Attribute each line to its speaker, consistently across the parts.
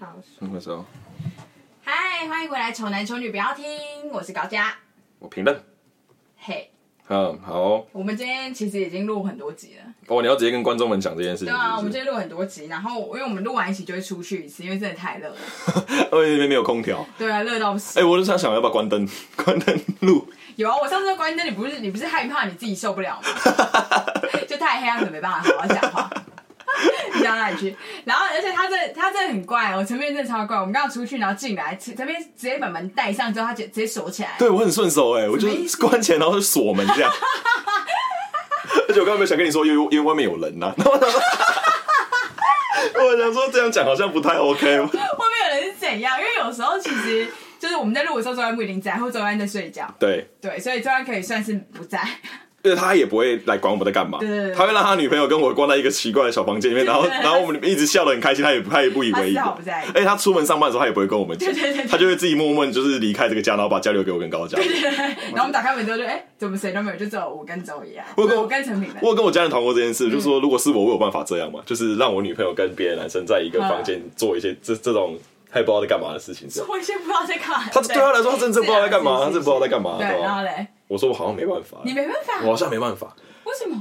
Speaker 1: 好爽。
Speaker 2: 嗯那个时候
Speaker 1: 嗨，欢迎回来，丑男丑女不要听，我是高佳。
Speaker 2: 我评论，
Speaker 1: 嘿、
Speaker 2: 嗯，好哦，
Speaker 1: 我们今天其实已经录很多集了，
Speaker 2: 哦你要直接跟观众们讲这件事情，
Speaker 1: 对啊，我
Speaker 2: 是
Speaker 1: 们
Speaker 2: 不
Speaker 1: 今
Speaker 2: 是？
Speaker 1: 天录很多集，然后因为我们录完一集就会出去一次，因为真的太热了，
Speaker 2: 因为那边没有空调，
Speaker 1: 对啊，热到不行。
Speaker 2: 哎、我就在想要不要关灯， 关灯录，
Speaker 1: 有啊，我上次在关灯，你不是你不是害怕你自己受不 了吗？就太黑暗了，没办法好好讲话。你到哪里去？然后，而且他这他这很怪哦，陈面真的超怪。我们刚刚出去，然后进来，陈陈面直接把门带上之后，他直直接锁起来。
Speaker 2: 对我很顺手哎、我就
Speaker 1: 什么意
Speaker 2: 是关起来然后就锁门 这样。而且我刚刚没有想跟你说，因为因为外面有人呐、 然后我想说，我想说这样讲好像不太 OK。
Speaker 1: 后面有人是怎样？因为有时候其实就是我们在录的时候，周安不一定在，或周安在睡觉，
Speaker 2: 对，
Speaker 1: 对，所以周安可以算是不 在。
Speaker 2: 因为他也不会来管我们在干嘛
Speaker 1: 对对对，
Speaker 2: 他会让他女朋友跟我关在一个奇怪的小房间里面，然后
Speaker 1: 对对对
Speaker 2: 然后我们一直笑得很开心，他也不他也不以为意
Speaker 1: 他丝毫不在意。
Speaker 2: 而且他出门上班的时候，他也不会跟我们讲，
Speaker 1: 对对对对
Speaker 2: 他就会自己默默地就是离开这个家，然后把家留给我跟高家。
Speaker 1: 然后我们打开门之后就，哎、怎么谁都没有，就只有我跟周怡啊，
Speaker 2: 我跟
Speaker 1: 我跟陈品们。
Speaker 2: 我有跟我家人谈过这件事，就说如果是我，我有办法这样吗？就是让我女朋友跟别的男生在一个
Speaker 1: 嗯
Speaker 2: 房间做一些这这种他也不知道在干嘛的事情。这样
Speaker 1: 我先不知道在干嘛。
Speaker 2: 他对他来说，他真的不知道在干
Speaker 1: 啊
Speaker 2: 嘛，他真的不知道在干嘛，
Speaker 1: 对，
Speaker 2: 对
Speaker 1: 然后
Speaker 2: 吧？
Speaker 1: 嘞，
Speaker 2: 我说我好像没办法，
Speaker 1: 你没办
Speaker 2: 我好
Speaker 1: 法，
Speaker 2: 像没办法。
Speaker 1: 为什么？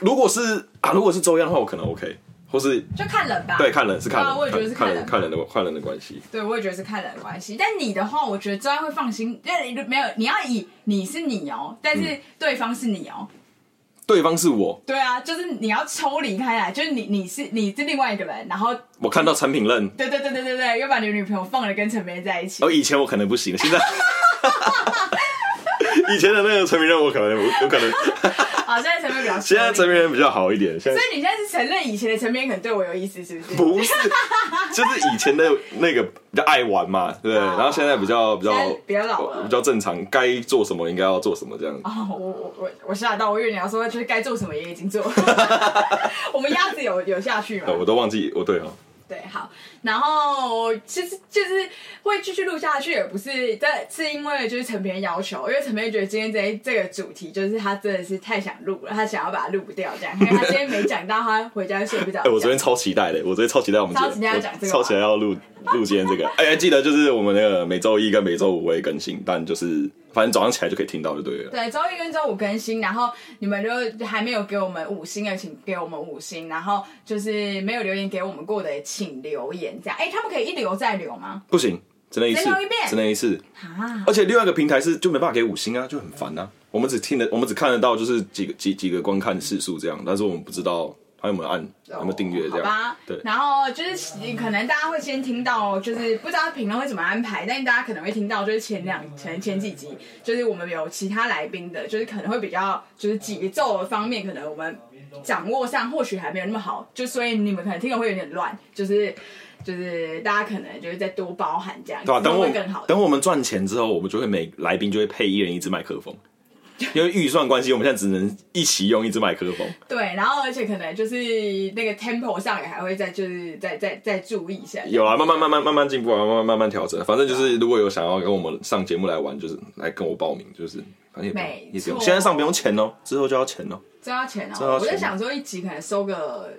Speaker 2: 如果是啊，如果是周样的话，我可能 OK，或是
Speaker 1: 就看人吧。
Speaker 2: 对，看人是看
Speaker 1: 啊我也觉得是
Speaker 2: 人，看
Speaker 1: 看人
Speaker 2: 人看人的看人的关系。
Speaker 1: 对我也觉得是看人的关系。但你的话，我觉得周安会放心，因为你没有你要以你是你哦，但是
Speaker 2: 嗯
Speaker 1: 对方是你哦。
Speaker 2: 对方是我，
Speaker 1: 对啊，就是你要抽离开来，就是你你是你是另外一个人，然后
Speaker 2: 我看到产品认，
Speaker 1: 对对对对对对，又把你的女朋友放了跟陈梅在一起。
Speaker 2: 哦，以前我可能不行，现在。 以前的那个陈明任，我可能有可能，
Speaker 1: 好，现在陈梅比较抽
Speaker 2: 现
Speaker 1: 离
Speaker 2: 在陈明任比较好一点。现在
Speaker 1: 所以你现在是承认以前的陈明可能对我有意思，是不是？
Speaker 2: 不是，就是以前的那个比较爱玩嘛，对不对？
Speaker 1: 哦
Speaker 2: 然后现在比较比较
Speaker 1: 现在比较老了
Speaker 2: 比较正常，该做什么应该要做什么这样子。
Speaker 1: 哦，我我我我吓到，我以为你要说就是该做什么也已经 做了。我们鸭子有有下去吗
Speaker 2: 呃？我都忘记，我对哦，
Speaker 1: 对，好，然后其实就是会继续录下去，也不是，但是因为就是陈平的要求，因为陈平觉得今天这这个主题就是他真的是太想录了，他想要把它录不掉这样，因为他今天没讲到，他回家就睡不着
Speaker 2: 哎、
Speaker 1: 觉。
Speaker 2: 我昨天超期待的，我昨天超期待我们
Speaker 1: 超
Speaker 2: 节
Speaker 1: 期待
Speaker 2: 目
Speaker 1: 要讲这个
Speaker 2: 我
Speaker 1: 吗
Speaker 2: 超期待要录录今天这个。哎、记得就是我们那个每周一跟每周五会更新，但就是反正早上起来就可以听到就对了。
Speaker 1: 对，周一跟周五更新，然后你们就还没有给我们五星的，请给我们五星，然后就是没有留言给我们过的，请留言这样。哎，他们可以一留再留吗？
Speaker 2: 不行，只能一次
Speaker 1: 只能一遍，
Speaker 2: 只能一次。
Speaker 1: 啊，
Speaker 2: 而且另外一个平台是就没办法给五星啊，就很烦啊。我们只听得，我们只看得到就是几个几几个观看次数这样，但是我们不知道还有没有按有没有订阅这
Speaker 1: 哦好
Speaker 2: 样
Speaker 1: 吧。，
Speaker 2: 对，
Speaker 1: 然后就是可能大家会先听到，就是不知道评论会怎么安排，但是大家可能会听到，就是前两可能前几集，就是我们有其他来宾的，就是可能会比较就是节奏的方面，可能我们掌握上或许还没有那么好，就所以你们可能听的会有点乱，就是。就是大家可能就是再多包涵这样，
Speaker 2: 对吧、
Speaker 1: 之
Speaker 2: 等
Speaker 1: 后
Speaker 2: 我
Speaker 1: 会更好的。
Speaker 2: 等我们赚钱之后，我们就会每来宾就会配一人一支麦克风，因为预算关系，我们现在只能一起用一支麦克风。
Speaker 1: 对，然后而且可能就是那个 tempo 上也还会再就是再再再注意一下。
Speaker 2: 有啊，慢慢慢慢慢慢进步啊，慢慢慢慢调整。反正
Speaker 1: 啊
Speaker 2: 就是如果有想要跟我们上节目来玩，就是来跟我报名，就是反正也不用
Speaker 1: 没
Speaker 2: 也不用，
Speaker 1: 错
Speaker 2: 现在上不用钱哦，之后就要钱哦。
Speaker 1: 这要钱哦、
Speaker 2: 这要钱
Speaker 1: 我在想说一集可能收个，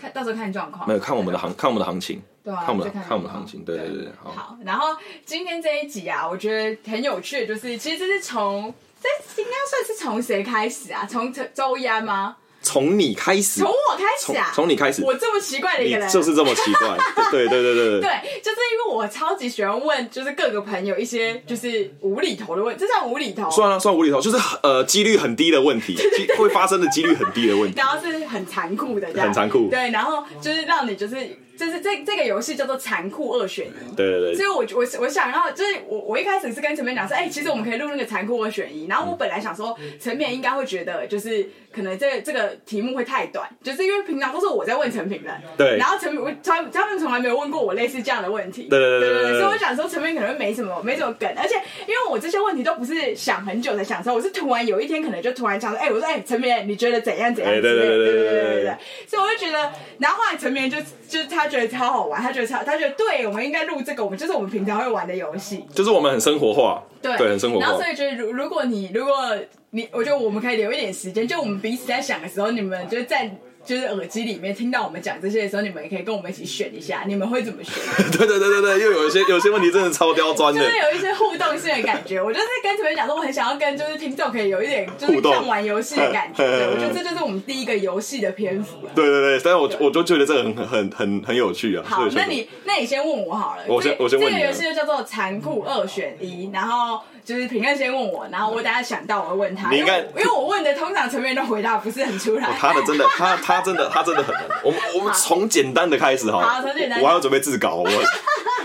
Speaker 1: 看到时候看状况。
Speaker 2: 没有看我
Speaker 1: 啊
Speaker 2: 们的行，看我们的行情，
Speaker 1: 对啊，
Speaker 2: 看我们
Speaker 1: 就
Speaker 2: 的看我们的行情，对对对，好。
Speaker 1: 好，然后今天这一集啊，我觉得很有趣的就是，其实这是从这应该算是从谁开始啊？从周周一安吗？
Speaker 2: 从你开始
Speaker 1: 从，我开始
Speaker 2: 从
Speaker 1: 啊？
Speaker 2: 从你开始，
Speaker 1: 我这么奇怪的一
Speaker 2: 你
Speaker 1: 个人啊，
Speaker 2: 就是这么奇 怪。对对对对对，
Speaker 1: 对，就是因为我超级喜欢问，就是各个朋友一些就是无厘头的问，这算无厘头？
Speaker 2: 算了算无厘头，就是呃几率很低的问题，几会发生的几率很低的问题。
Speaker 1: 然后是很残酷的，这样
Speaker 2: 很残酷
Speaker 1: 对，然后就是让你就是就是这这个游戏叫做残酷二选一。
Speaker 2: 对
Speaker 1: 所
Speaker 2: 对对，
Speaker 1: 以我我我想要就是我我一开始是跟陈明讲说，哎、其实我们可以录那个残酷二选一。然后我本来想说，陈明应该会觉得就是可能这这个题目会太短，就是因为平常都是我在问陈平的，
Speaker 2: 对
Speaker 1: 然后陈平我他他们从来没有问过我类似这样的问题，
Speaker 2: 对对对
Speaker 1: 对
Speaker 2: 对
Speaker 1: 所
Speaker 2: 对
Speaker 1: 以我想说陈明可能没什么没什么梗，而且因为我这些问题都不是想很久才想出来，我是突然有一天可能就突然想说，哎、我说哎陈明你觉得怎样怎样
Speaker 2: 哎
Speaker 1: 之类的，
Speaker 2: 对对对对对对
Speaker 1: 对。所以我就觉得，然后后来陈明就就他觉得超好玩，他觉得超他觉得对我们应该录这个，我们就是我们平常会玩的游戏，
Speaker 2: 就是我们很生活化，
Speaker 1: 对，
Speaker 2: 很生活
Speaker 1: 然后
Speaker 2: 化
Speaker 1: 所。以觉得如如果你如果你，我觉得我们可以留一点时间，就我们彼此在想的时候，你们就在就是耳机里面听到我们讲这些的时候，你们也可以跟我们一起选一下，你们会怎么选？
Speaker 2: 对对对对对，又有一些有些问题真的超刁钻
Speaker 1: 就
Speaker 2: 的
Speaker 1: 是。有一些互动性的感觉。我就是跟主编讲说，我很想要跟就是听众可以有一点就是
Speaker 2: 互动
Speaker 1: 像玩游戏的 感觉。
Speaker 2: 嗯嗯嗯
Speaker 1: 对，我觉得这就是我们第一个游戏的篇幅了。
Speaker 2: 对对对，但是我我就觉得这个很很很很有趣啊。
Speaker 1: 好
Speaker 2: 所以，就
Speaker 1: 那你那你先问我好了。
Speaker 2: 我先
Speaker 1: 这
Speaker 2: 我先问你
Speaker 1: 这个游戏就叫做残酷二选一，然后就是评论先问我，然后我等下想到我会问他。
Speaker 2: 你应该
Speaker 1: 因为我因为我问的通常成员都回答不是很出来
Speaker 2: 哦。他 的真的，他他真的，他真的很难。我们我们从简单的开始好了，
Speaker 1: 好从简单
Speaker 2: 我我还要准备自稿。 我，你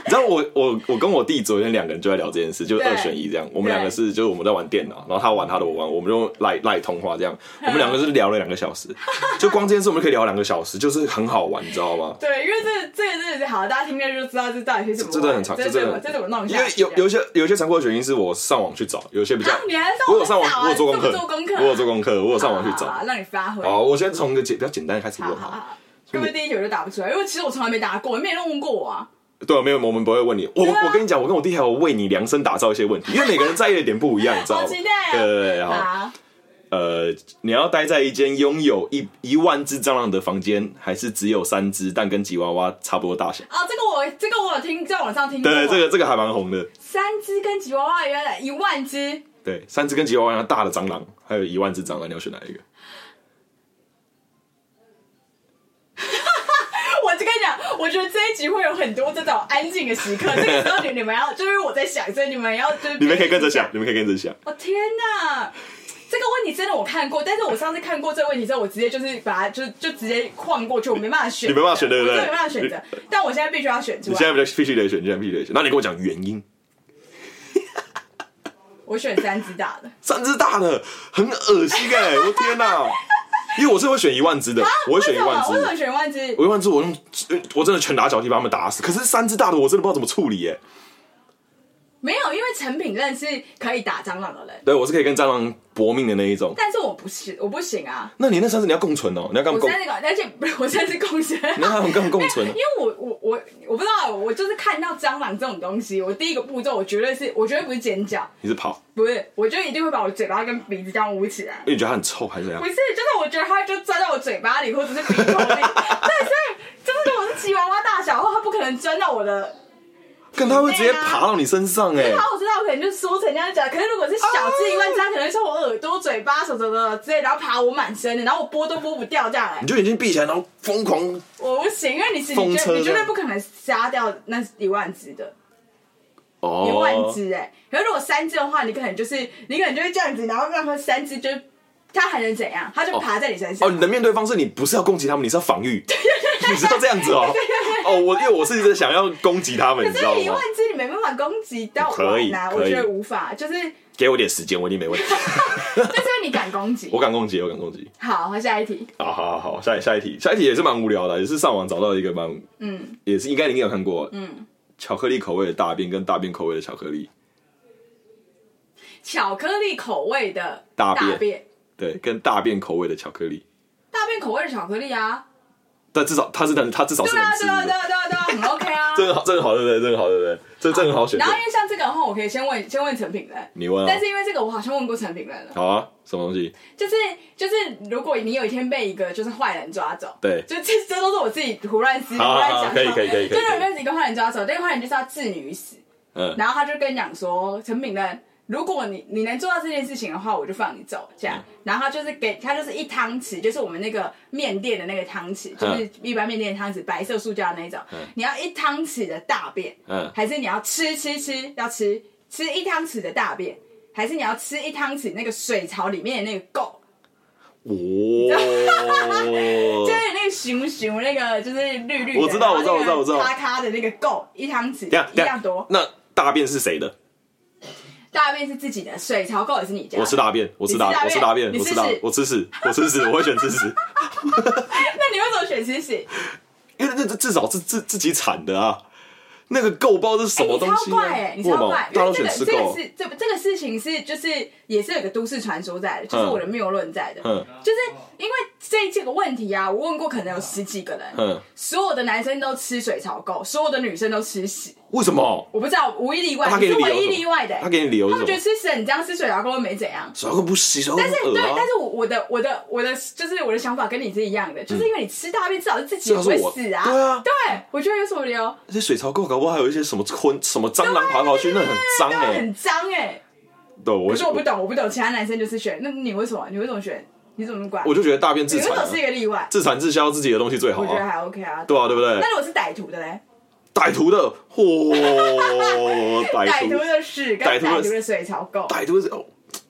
Speaker 2: 知道我我我跟我弟昨天两个人就在聊这件事，就是
Speaker 1: 对
Speaker 2: 二选一这样。我们
Speaker 1: 对
Speaker 2: 两个是就是我们在玩电脑，然后他玩他的，我玩，我们就赖赖通话这样。我
Speaker 1: 嗯
Speaker 2: 们两个是聊了两个小时，就光这件事我们就可以聊两个小时，就是很好玩，你知道吗？
Speaker 1: 对，因为这这个真的是好，大家听了就知道这到底是怎么玩，
Speaker 2: 这真的很长，
Speaker 1: 这
Speaker 2: 这
Speaker 1: 是
Speaker 2: 真
Speaker 1: 怎
Speaker 2: 的
Speaker 1: 么
Speaker 2: 很
Speaker 1: 哎这怎么弄
Speaker 2: 因
Speaker 1: 下
Speaker 2: 为
Speaker 1: 去的
Speaker 2: 有有些有些残酷的原因是我上网去找，有些比较
Speaker 1: 啊，你还是
Speaker 2: 我有上网
Speaker 1: 找，啊
Speaker 2: 我有做
Speaker 1: 这
Speaker 2: 功课，
Speaker 1: 么做功课啊
Speaker 2: 我有做功课，我有上网去
Speaker 1: 好好啊
Speaker 2: 找
Speaker 1: 好。让你发挥。
Speaker 2: 好，我先从一个简比较简单的开始
Speaker 1: 好
Speaker 2: 问
Speaker 1: 好啊
Speaker 2: 好了。
Speaker 1: 好，根本第一题我就答不出来，因为其实我从来没答过，没有人问过我啊。
Speaker 2: 对，没有，我们不会问你。我
Speaker 1: 对啊
Speaker 2: 我跟你讲，我跟我弟还有为你量身打造一些问题，因为每个人在意的点不一样，你知道吗？
Speaker 1: 好期待啊
Speaker 2: 对对对，好，
Speaker 1: 好，
Speaker 2: 呃，你要待在一间拥有一一万只蟑螂的房间，还是只有三只，但跟吉娃娃差不多大小？
Speaker 1: 哦，这个我这个我有听，在网上听过。
Speaker 2: 对对，这个这个还蛮红的。
Speaker 1: 三只跟吉娃娃原来一万只，
Speaker 2: 对，三只跟吉娃娃一样大的蟑螂，还有一万只蟑螂，你要选哪一个？
Speaker 1: 我就跟你讲，我觉得这一集会有很多这种安静的时刻，这个时候你你们要，就是我在想，所以你们要就是
Speaker 2: 你们可以跟着想，你们可以跟着想。
Speaker 1: 我、哦天哪！这个问题真的我看过，但是我上次看过这个问题之后，我直接就是把它就就直接框过去，我没办法选择，
Speaker 2: 你没办法选对不对
Speaker 1: 我真的没办法选择，但我现在必须要选出
Speaker 2: 你现在
Speaker 1: 来，
Speaker 2: 必须必须得选，你现在必须得选。那你跟我讲原因。
Speaker 1: 我选三只大的。啊
Speaker 2: 三只大的，很恶心哎、 我天哪、因为我是会选一万只的，我会选一万
Speaker 1: 啊为什么为什
Speaker 2: 只，
Speaker 1: 么选一万只？
Speaker 2: 我一万只我用，我真的拳打脚踢把他们打死。可是三只大的我真的不知道怎么处理哎、
Speaker 1: 没有，因为陈品任是可以打蟑螂的人，
Speaker 2: 对我是可以跟蟑螂搏命的那一种。
Speaker 1: 但是我不是，我不行啊。
Speaker 2: 那你那三只你要共存哦、你要跟他
Speaker 1: 我
Speaker 2: 们共
Speaker 1: 现，在那个，而且不是，我现在是共生。
Speaker 2: 你要跟他们共存
Speaker 1: 因。为我我我我不知道，我就是看到蟑螂这种东西，我第一个步骤我绝对是，我绝对不是尖叫，
Speaker 2: 你是跑，
Speaker 1: 不是，我就一定会把我嘴巴跟鼻子这样捂起来。
Speaker 2: 因为你觉得它很臭还是怎样
Speaker 1: 不？是，就是我觉得它就钻到我嘴巴里，或者是鼻孔里。对，所以就是如果是吉娃娃大小的话，它不可能钻到我的。
Speaker 2: 看它会直接爬到你身上哎、
Speaker 1: 好，我知道，可能就缩成那样讲。可是如果是小只一万只，它可能会从我耳朵、嘴巴什么什么之类，然后爬我满身的，然后我拨都拨不掉这样、哎
Speaker 2: 你就眼睛闭起来，然后疯狂。
Speaker 1: 我不行，因为你是
Speaker 2: 风
Speaker 1: 你绝
Speaker 2: 车
Speaker 1: 你绝
Speaker 2: 这
Speaker 1: 对
Speaker 2: 样
Speaker 1: 不可能杀掉那一万只的。一万
Speaker 2: 哦，
Speaker 1: 只哎、可是如果三只的话，你可能就是你可能就会这样子，然后让它三只就，它还能怎样？它就爬在你身上。
Speaker 2: 哦，你的面对方式你不是要攻击他们，你是要防御，你是要这样子哦、哦，我因为我是一直想要攻击他们，你知道
Speaker 1: 所以一
Speaker 2: 吗
Speaker 1: 万？只你没办法攻击到
Speaker 2: 可以
Speaker 1: 完啊，
Speaker 2: 可以
Speaker 1: 我觉得无法，就是就是
Speaker 2: 给我点时间，我一定没问题。
Speaker 1: 因为你敢攻击。
Speaker 2: 我敢攻击，我敢攻击。
Speaker 1: 好，好下一题，
Speaker 2: 好好好好，下一下一题，下一题也是蛮无聊的，也是上网找到一个蛮，
Speaker 1: 嗯
Speaker 2: 也是应该你应该有看过，
Speaker 1: 嗯，
Speaker 2: 巧克力口味的大便跟大便口味的巧克力，
Speaker 1: 巧克力口味的
Speaker 2: 大便
Speaker 1: 便，大便
Speaker 2: 对，跟大便口味的巧克力，
Speaker 1: 口味的巧克力啊，
Speaker 2: 但至少它是能，它至少是
Speaker 1: 对
Speaker 2: 能
Speaker 1: 啊
Speaker 2: 吃
Speaker 1: 对啊对
Speaker 2: 的。
Speaker 1: 啊对啊对啊， 很 OK 啊。
Speaker 2: 这个好，这个好，对不对？这个好，对不对？这这个很好选择
Speaker 1: 然后。因为像这个的话，我可以先问先问陈品人，
Speaker 2: 你问啊
Speaker 1: 但，是因为这个我好像问过陈品人了。
Speaker 2: 好啊，什么东西？
Speaker 1: 就是就是，如果你有一天被一个就是坏人抓走，
Speaker 2: 对
Speaker 1: 就这这都是我自己胡乱思胡
Speaker 2: 好
Speaker 1: 乱
Speaker 2: 好好
Speaker 1: 想的，
Speaker 2: 可以可以可以可以
Speaker 1: 就如果被一个坏人抓走，那个坏人就是要置你于死，
Speaker 2: 嗯，
Speaker 1: 然后他就跟你讲说，陈炳仁，如果你你能做到这件事情的话，我就放你走，这
Speaker 2: 嗯
Speaker 1: 样。然后他就是给他就是一汤匙，就是我们那个面店的那个汤匙，就是一般面店的汤匙，白色塑胶的那种
Speaker 2: 嗯。
Speaker 1: 你要一汤匙的大便，
Speaker 2: 嗯
Speaker 1: 还是你要吃吃吃要吃吃一汤匙的大便，还是你要吃一汤匙那个水槽里面的那个垢？
Speaker 2: 哦
Speaker 1: 就，是那个熊熊那个就是绿绿的，
Speaker 2: 我知道
Speaker 1: 然后
Speaker 2: 我知道我知道我知道
Speaker 1: 咔咔的那个够一汤匙
Speaker 2: 等一下
Speaker 1: 一
Speaker 2: 等一
Speaker 1: 样
Speaker 2: 下
Speaker 1: 多，，
Speaker 2: 那大便是谁的？
Speaker 1: 大便是自己的，水槽够也是你家。
Speaker 2: 我吃大便，我吃大，我
Speaker 1: 啊你
Speaker 2: 吃
Speaker 1: 吃
Speaker 2: 大
Speaker 1: 大
Speaker 2: 便
Speaker 1: 便，
Speaker 2: 我吃大
Speaker 1: 你吃屎，
Speaker 2: 我吃屎，我吃屎，我会选吃屎。
Speaker 1: 那你为什么选吃屎？
Speaker 2: 因为那这至少是自自己产的啊。那个够包是什
Speaker 1: 哎
Speaker 2: 么
Speaker 1: 你
Speaker 2: 东
Speaker 1: 超
Speaker 2: 西、啊
Speaker 1: 怪哎、你超怪，因
Speaker 2: 大家都
Speaker 1: 为这
Speaker 2: 选
Speaker 1: 个
Speaker 2: 吃
Speaker 1: 这个
Speaker 2: 够。
Speaker 1: 是这这个事情是就是也是有个都市传说在的，就是我的谬论在的，
Speaker 2: 嗯
Speaker 1: 就是因为这这个问题啊，我问过可能有十几个人，
Speaker 2: 嗯，
Speaker 1: 所有的男生都吃水槽垢，所有的女生都吃屎，
Speaker 2: 为什么？
Speaker 1: 我不知道无一例外，
Speaker 2: 哦他
Speaker 1: 你
Speaker 2: 给你
Speaker 1: 是
Speaker 2: 理由
Speaker 1: 唯一
Speaker 2: 什么
Speaker 1: 例外的、欸
Speaker 2: 他给你理由
Speaker 1: 他
Speaker 2: 是
Speaker 1: 们觉得
Speaker 2: 什么？
Speaker 1: 吃屎很脏，吃水槽垢没怎样。
Speaker 2: 小哥不洗，小哥
Speaker 1: 但是
Speaker 2: 不
Speaker 1: 对，
Speaker 2: 恶啊
Speaker 1: 但。是我我的我的我的就是我的想法跟你是一样的，就是因为你吃大便，至少是自己
Speaker 2: 嗯
Speaker 1: 不
Speaker 2: 至少是
Speaker 1: 会
Speaker 2: 我
Speaker 1: 死啊。
Speaker 2: 对啊
Speaker 1: 对我觉得有什么理由？
Speaker 2: 那些水槽垢搞不好还有一些什么昆、什么蟑螂爬跑去，那很脏
Speaker 1: 对啊
Speaker 2: 哎。
Speaker 1: 很脏哎。
Speaker 2: 对，我
Speaker 1: 可是我不懂，我不懂，其他男生就是选，那你为什么？你为什么选？你怎么管？
Speaker 2: 我就觉得大便
Speaker 1: 你
Speaker 2: 自
Speaker 1: 为什
Speaker 2: 残
Speaker 1: 么
Speaker 2: 啊，
Speaker 1: 是一个例外？
Speaker 2: 自产自销自己的东西最好
Speaker 1: 我觉得
Speaker 2: 啊，
Speaker 1: 还 OK 啊。
Speaker 2: 对啊，对不对？
Speaker 1: 那如果是歹徒的嘞？
Speaker 2: 歹 徒的，嚯，
Speaker 1: 歹
Speaker 2: 歹
Speaker 1: 徒
Speaker 2: 徒，
Speaker 1: 的屎跟
Speaker 2: 歹徒的
Speaker 1: 歹徒的水槽垢，
Speaker 2: 歹徒是哦。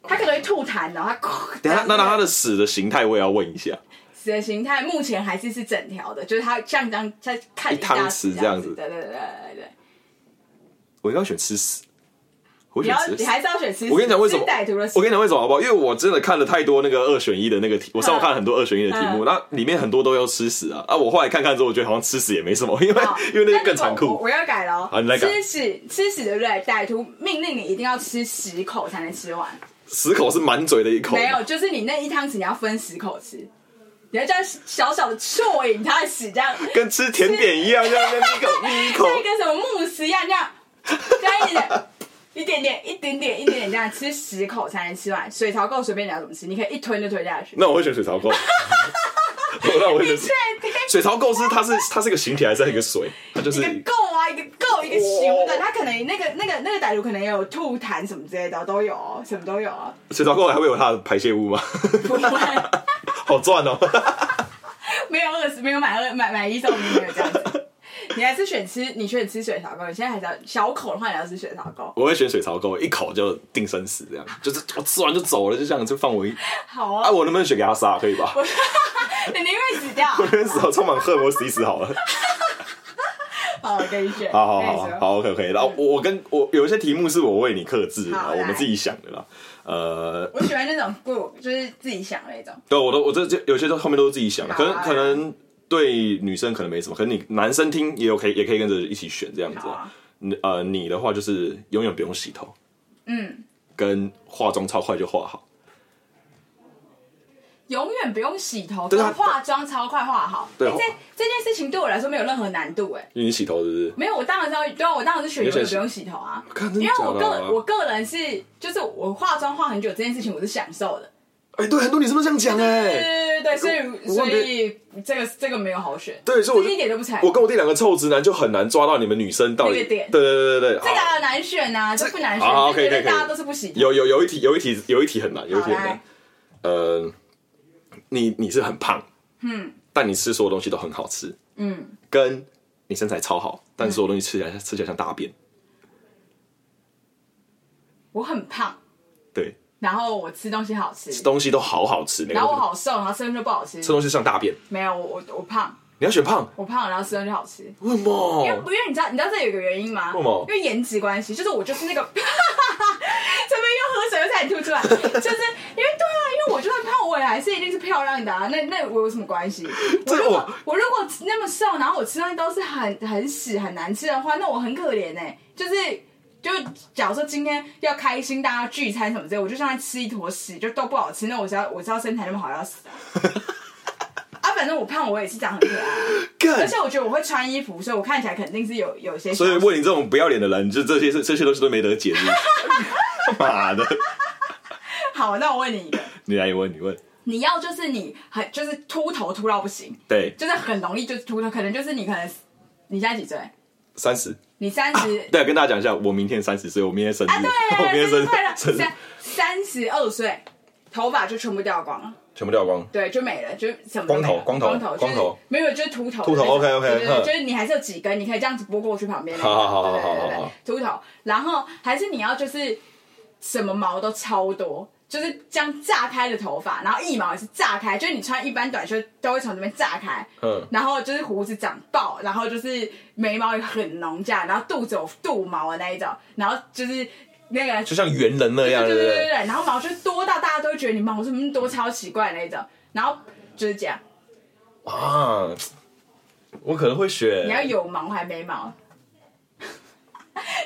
Speaker 1: 他可能会吐痰的，他 咳。
Speaker 2: 等一下，那他的屎的形态我也要问一下，
Speaker 1: 死的形态目前还是是整条的，就是他像当在看
Speaker 2: 一汤匙
Speaker 1: 这
Speaker 2: 这样
Speaker 1: 子。
Speaker 2: 子
Speaker 1: 对对对对对。
Speaker 2: 我应该选吃屎，我
Speaker 1: 你
Speaker 2: 选
Speaker 1: 要
Speaker 2: 吃
Speaker 1: 你
Speaker 2: 屎。
Speaker 1: 还是要选吃屎？
Speaker 2: 我跟你讲为什么
Speaker 1: 吃歹徒的屎
Speaker 2: 我跟你讲为什么好不好？因为我真的看了太多那个二选一的
Speaker 1: 嗯
Speaker 2: 那个题，我上网看了很多二选一的题目，那里面很多都要吃屎啊啊！我后来看看之后，我觉得好像吃屎也没什么，因为
Speaker 1: 好
Speaker 2: 因为那
Speaker 1: 哦那
Speaker 2: 个更残
Speaker 1: 我我
Speaker 2: 酷。
Speaker 1: 我要改了哦。
Speaker 2: 好你来改
Speaker 1: 吃屎，吃屎对不对？歹徒命令你一定要吃十口才能吃完，
Speaker 2: 十口是满嘴的一口，
Speaker 1: 没有，就是你那一汤匙你要分十口吃，你要这样小小的啜饮他的屎，这样
Speaker 2: 跟吃甜点一样，这样这样一口 一口。
Speaker 1: 像一个什么慕斯一样，这样这样一点一点点、一点点、一点点这样吃十口才能吃完。水槽够随便你要怎么吃，你可以一吞就吞下去。
Speaker 2: 那我会选水槽垢， 那我会选
Speaker 1: 你
Speaker 2: 水
Speaker 1: 确定？
Speaker 2: 水槽垢是它是它是一个形体还是一个水？它就是
Speaker 1: 一个够啊，一个够，一个熊
Speaker 2: 哦
Speaker 1: 的，他可能那个那个那个歹徒可能也有吐痰什么之类的，都有哦，什么都有哦。
Speaker 2: 水槽垢还会有它的排泄 物吗？
Speaker 1: 不会
Speaker 2: 好赚哦！
Speaker 1: 没有二十，没有买二买买一送一，没有这样子。你还是选吃，你选吃水槽膏。你现在还是要小口的话，你要吃水槽膏。
Speaker 2: 我会选水槽垢，一口就定生死，这样就是我吃完就走了，就这样就放我一。
Speaker 1: 好
Speaker 2: 啊，
Speaker 1: 啊，
Speaker 2: 我能不能选给他杀？可以 吧？
Speaker 1: 你宁愿死掉。
Speaker 2: 我那边哦死充满恨，我死一死好 了。
Speaker 1: 好，我给你选。
Speaker 2: 好好
Speaker 1: 跟你
Speaker 2: 好
Speaker 1: 说
Speaker 2: 好，OK OK。然后我我跟我有一些题目是我为你克制的啦，
Speaker 1: 好来
Speaker 2: 我们自己想的啦。呃，
Speaker 1: 我喜欢那种故，就是自己想那种。
Speaker 2: 对，我都我这这有些都后面都是自己想的，可能
Speaker 1: 好啊
Speaker 2: 可能对女生可能没什么，可能你男生听也有可以也可以跟着一起选这样子
Speaker 1: 好啊
Speaker 2: 啊。你呃，你的话就是永远不用洗头，
Speaker 1: 嗯，
Speaker 2: 跟化妆超快就化好。
Speaker 1: 永远不用洗头，
Speaker 2: 对
Speaker 1: 跟
Speaker 2: 啊
Speaker 1: 化妆超快化好。
Speaker 2: 对啊
Speaker 1: 哎这这件事情对我来说没有任何难度哎、
Speaker 2: 因为你洗头是不是？
Speaker 1: 没有，我当然知道，对啊，我当然是选
Speaker 2: 你
Speaker 1: 永
Speaker 2: 就
Speaker 1: 远
Speaker 2: 选
Speaker 1: 不用洗头啊。
Speaker 2: 看真
Speaker 1: 因
Speaker 2: 的
Speaker 1: 为
Speaker 2: 假
Speaker 1: 我
Speaker 2: 的
Speaker 1: 个
Speaker 2: 啊？
Speaker 1: 我个人是，就是我化妆化很久这件事情，我是享受的。
Speaker 2: 哎、对，很多女生都这样讲哎、
Speaker 1: 对对对，所以
Speaker 2: 我
Speaker 1: 所
Speaker 2: 问别
Speaker 1: 以这个这个没有好选，
Speaker 2: 对，所以
Speaker 1: 这
Speaker 2: 我就
Speaker 1: 一点都不踩。
Speaker 2: 我跟我弟两个臭直男就很难抓到你们女生到底
Speaker 1: 那个点
Speaker 2: 对对对对对，
Speaker 1: 这个
Speaker 2: 好
Speaker 1: 啊难选啊，这不难选，
Speaker 2: 好好
Speaker 1: 就觉
Speaker 2: 可以可
Speaker 1: 得
Speaker 2: 以可以
Speaker 1: 大家都是不洗头。
Speaker 2: 有有有一题有一题有一题很难，有一
Speaker 1: 好
Speaker 2: 题很难
Speaker 1: 来。，
Speaker 2: 呃，你你是很胖，嗯，但你吃所有东西都很好吃，
Speaker 1: 嗯，
Speaker 2: 跟你身材超好，但所有东西吃起来吃起来像大便。
Speaker 1: 我很胖，
Speaker 2: 对，
Speaker 1: 然后我吃东西好吃，
Speaker 2: 东西都好好吃，每个
Speaker 1: 然后我
Speaker 2: 东西
Speaker 1: 好瘦，然后吃东西不好吃
Speaker 2: 吃。东西像大便。
Speaker 1: 没有，我我我胖，
Speaker 2: 你要选胖，
Speaker 1: 我胖，然后吃东西好吃。
Speaker 2: 为什
Speaker 1: 因为
Speaker 2: 么？
Speaker 1: 不因为你知道你知道这有一个原因吗？
Speaker 2: 哦为什么
Speaker 1: 因为颜值关系，就是我就是那个，这 边又喝水又差点吐出来，就是因为对啊，因为我就算胖，我也还是一定是漂亮的啊，那那我有什么关系？我
Speaker 2: 这
Speaker 1: 如果
Speaker 2: 我
Speaker 1: 我如果那么瘦，然后我吃东西都是很很屎很难吃的话，那我很可怜哎、就是。就假如说今天要开心，大家聚餐什么之类，我就像在吃一坨屎，就都不好吃。那我知道，我知道身材那么好要死啊！啊，反正我胖，我也是长很可爱啊、而
Speaker 2: 干
Speaker 1: 且！我觉得我会穿衣服，所以我看起来肯定是有有一些小。
Speaker 2: 所以问你这种不要脸的人，就这些这些东西都没得解释。 妈的！
Speaker 1: 好，那我问你一个，
Speaker 2: 你来，你问，你问。
Speaker 1: 你要就是你很就是秃头秃到不行，
Speaker 2: 对，
Speaker 1: 就是很容易就是秃头，可能就是你可能你现在几岁？
Speaker 2: 三十。
Speaker 1: 你三十
Speaker 2: 对，跟大家讲一下，我明天三十岁，我明天生日，
Speaker 1: 啊？对，
Speaker 2: 我明天生
Speaker 1: 生日
Speaker 2: 日
Speaker 1: 快乐，，
Speaker 2: 生日
Speaker 1: 三三十二岁，头发就全部掉光了，
Speaker 2: 全部掉光。
Speaker 1: 对，就没了，就什么都
Speaker 2: 光头
Speaker 1: 没了
Speaker 2: 光头
Speaker 1: 光头，
Speaker 2: 光头，
Speaker 1: 没有就是秃头的
Speaker 2: 秃
Speaker 1: 那
Speaker 2: 头
Speaker 1: 种，
Speaker 2: ，OK，OK，
Speaker 1: 对对对
Speaker 2: 嗯
Speaker 1: 就是你还是有几根，你可以这样子拨过去旁边那种，
Speaker 2: 好好
Speaker 1: 对
Speaker 2: 好
Speaker 1: 对
Speaker 2: 好好
Speaker 1: 对对
Speaker 2: 好
Speaker 1: 对，秃头，然后还是你要就是什么毛都超多。就是这样炸开的头发，然后一毛也是炸开，就是你穿一般短袖都会从这边炸开，
Speaker 2: 嗯，
Speaker 1: 然后就是胡子长爆，然后就是眉毛也很浓这样，然后肚子有肚毛的那一种，然后就是那个
Speaker 2: 就像猿人那样，
Speaker 1: 对
Speaker 2: 对不
Speaker 1: 对对
Speaker 2: 对？
Speaker 1: 对，然后毛就多到大家都会觉得你毛这么多超奇怪那一种，然后就是这样，
Speaker 2: 啊，我可能会 选
Speaker 1: 你要有毛还没毛。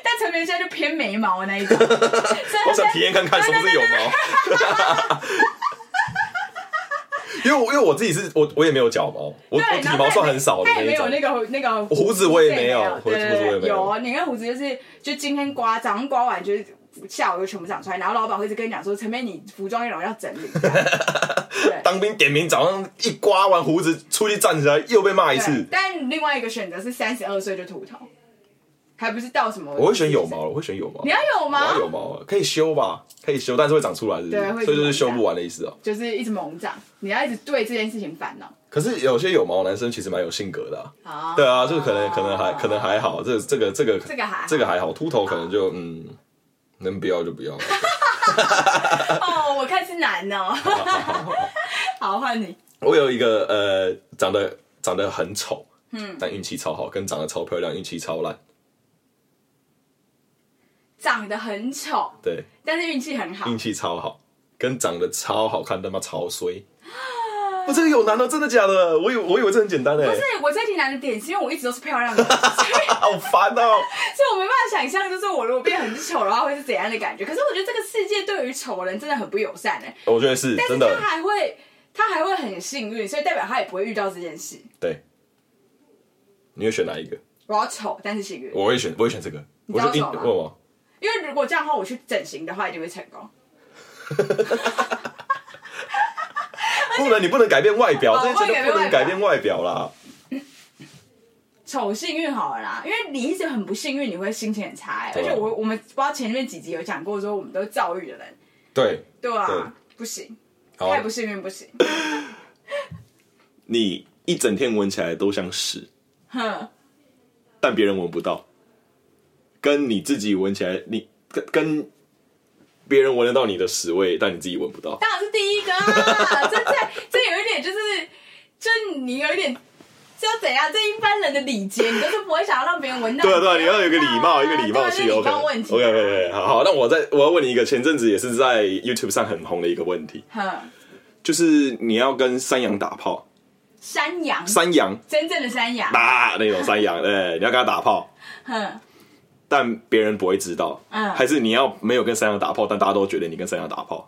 Speaker 1: 但陈这边现在就偏眉毛那一 种，我
Speaker 2: 我想体验看看是不是有毛。 因为我因为我自己是我我也没有脚毛，我我
Speaker 1: 对，
Speaker 2: 体
Speaker 1: 然后
Speaker 2: 毛
Speaker 1: 他
Speaker 2: 算
Speaker 1: 也
Speaker 2: 很少的
Speaker 1: 他也
Speaker 2: 那
Speaker 1: 没
Speaker 2: 一
Speaker 1: 有
Speaker 2: 种
Speaker 1: 那。个那个
Speaker 2: 胡子我也没有
Speaker 1: 对对
Speaker 2: 胡子我也没有
Speaker 1: 有，啊你那胡子就是就今天刮，早上刮完就是下午就全部长出来，然后老板会一直跟你讲说，陈妹你服装内容要整 理。这样对
Speaker 2: 当兵点名早上一刮完胡子出去站起来又被骂一
Speaker 1: 对
Speaker 2: 次，，
Speaker 1: 但另外一个选择是三十二岁就秃头，还不是到什么？
Speaker 2: 我会选有，毛，我会选有毛
Speaker 1: 你。要有
Speaker 2: 我
Speaker 1: 毛
Speaker 2: 要，有毛啊，可以修吧？可以修，但是会长出来，是不
Speaker 1: 对会
Speaker 2: 是？所以就是
Speaker 1: 长出
Speaker 2: 修
Speaker 1: 来
Speaker 2: 不完的意思哦。
Speaker 1: 就是一直猛长，你要一直对这件事情烦恼。
Speaker 2: 可是有些有毛的男生其实蛮有性格的啊、
Speaker 1: 啊
Speaker 2: 对啊，就是可能可能还可能还好，这这个这个
Speaker 1: 哦这个还好
Speaker 2: 这个还好，秃头可能就嗯，能不要就不要。
Speaker 1: 哦，我看是男 哦。好，换你。
Speaker 2: 我有一个呃，长得长得很丑，嗯，但运气超好，跟长得超漂亮，运气超烂，
Speaker 1: 长得很丑，
Speaker 2: 对，
Speaker 1: 但是运气很好
Speaker 2: 运。气超好，跟长得超好看，他妈超衰。 我、这个有难哦，真的假的？我以为我以为这很简单哎、
Speaker 1: 不是我这题难的点，是因为我一直都是漂亮的，所以
Speaker 2: 好烦哦、
Speaker 1: 所以我没办法想象，就是我如果变很丑的话，会是怎样的感觉。可是我觉得这个世界对于丑人真的很不友善哎、
Speaker 2: 我觉得是
Speaker 1: 但
Speaker 2: 真
Speaker 1: 是
Speaker 2: 的
Speaker 1: 他，还会，他还会很幸运，所以代表他也不会遇到这件事。
Speaker 2: 对。你会选哪一个？
Speaker 1: 我要丑，但是幸运，
Speaker 2: 我会选，我会选这个。
Speaker 1: 知
Speaker 2: 我
Speaker 1: 道
Speaker 2: 就硬
Speaker 1: 为什么吗
Speaker 2: 问我
Speaker 1: 因为如果这样的话，我去整形的话一定会成功。
Speaker 2: 不能，你不能改变外表，
Speaker 1: 哦
Speaker 2: 这些真的不能改变外表啦。
Speaker 1: 丑幸运好了啦，因为你一直很不幸运，你会心情很差、欸。而
Speaker 2: 对啊
Speaker 1: 且我我们不知道前面几集有讲过，说我们都是躁郁的人，
Speaker 2: 对，
Speaker 1: 对啊，
Speaker 2: 对哦
Speaker 1: 不行，
Speaker 2: 好
Speaker 1: 太，不幸运不行。
Speaker 2: 你一整天闻起来都像屎，
Speaker 1: 哼，
Speaker 2: 但别人闻不到，跟你自己闻起来，你跟跟别人闻得到你的屎味，但你自己闻不到。
Speaker 1: 当然是第一个 啊！这这这有一点就是，就你有一点，这要怎样？这一般人的礼节，你都是不会想要让别人闻到。
Speaker 2: 对啊，对啊，你要有一个礼貌，一
Speaker 1: 对啊
Speaker 2: 个礼貌
Speaker 1: 对啊这
Speaker 2: 性。
Speaker 1: 是
Speaker 2: OK，
Speaker 1: 礼貌问题啊。
Speaker 2: OK，OK，OK，好好。那我再我要问你一个，前阵子也是在 YouTube 上很红的一个问题，
Speaker 1: 哼，
Speaker 2: 就是你要跟山羊打炮，
Speaker 1: 山羊，
Speaker 2: 山羊
Speaker 1: 真正的山羊。
Speaker 2: 打那种山羊，对，你要跟他打炮，
Speaker 1: 哼，
Speaker 2: 但别人不会知道，
Speaker 1: 嗯
Speaker 2: 还是你要没有跟山羊打炮，但大家都觉得你跟山羊打炮，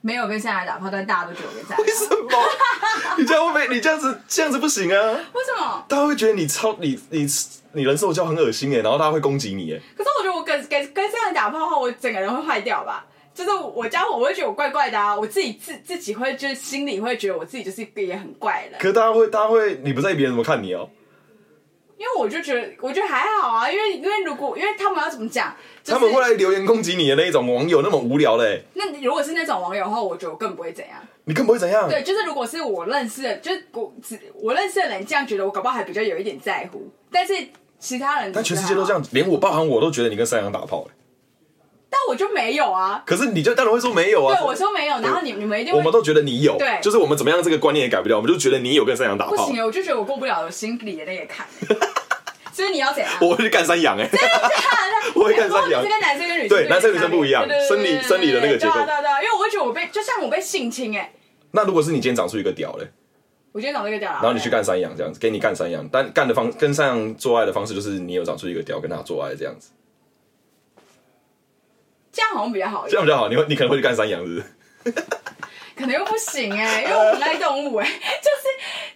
Speaker 1: 没有跟山羊打炮，但大家都觉得我跟山羊。
Speaker 2: 为什么？ 你这样会被你这样子这样子不行啊！
Speaker 1: 为什么？
Speaker 2: 大家会觉得你超你你你人兽交很恶心哎，然后大家会攻击你哎，
Speaker 1: 可是我觉得我跟跟跟山羊打炮后，我整个人会坏掉吧。就是我家我会觉得我怪怪的啊，我自己自自己会就是心里会觉得我自己就是一个也很怪的人。
Speaker 2: 可是大家会大家会你不在意别人怎么看你哦、
Speaker 1: 因为我就觉得，我觉得还好啊，因为因为如果因为他们要怎么讲，就是、
Speaker 2: 他们会来留言攻击你的那一种网友那么无聊嘞，
Speaker 1: 那如果是那种网友的话，我觉得我更不会怎样。
Speaker 2: 你更不会怎样。
Speaker 1: 对，就是如果是我认识的，就是我只我认识的人这样觉得，我搞不好还比较有一点在乎。但是其他人，
Speaker 2: 但全世界都这，样，连我包含我都觉得你跟山羊打炮、欸、
Speaker 1: 但我就没有啊。
Speaker 2: 可是你就当然会说没有啊。
Speaker 1: 对，我说没有，然后你你们一定
Speaker 2: 我们
Speaker 1: 会。
Speaker 2: 都觉得你有，
Speaker 1: 对
Speaker 2: 就是我们怎么样这个观念也改不掉，我们就觉得你有跟山羊打
Speaker 1: 不
Speaker 2: 炮
Speaker 1: 行，，啊我就觉得我过不了我心里的那个坎。 所以你要怎样？
Speaker 2: 我会去干山羊哎、欸 我会看山羊
Speaker 1: 这跟男生跟女生
Speaker 2: 对
Speaker 1: 有
Speaker 2: 男生女
Speaker 1: 差
Speaker 2: 生
Speaker 1: 别
Speaker 2: 不一样
Speaker 1: 对对对
Speaker 2: 生理
Speaker 1: 对对
Speaker 2: 生理的那个结构
Speaker 1: 对啊对啊对啊，因为我会觉得我被就像我被性侵哎，
Speaker 2: 那如果是你今天长出一个屌嘞，
Speaker 1: 我今天找这个屌，然
Speaker 2: 然后你去干山羊这样子，给你干山羊，但干的方跟山羊做爱的方式就是你有长出一个屌跟他做爱这样子，
Speaker 1: 这样好像比较好一
Speaker 2: 这
Speaker 1: 点，
Speaker 2: 样比较好。你会你可能会去干山羊是不 是？
Speaker 1: 可能又不行哎、因为我不爱动物 哎、就是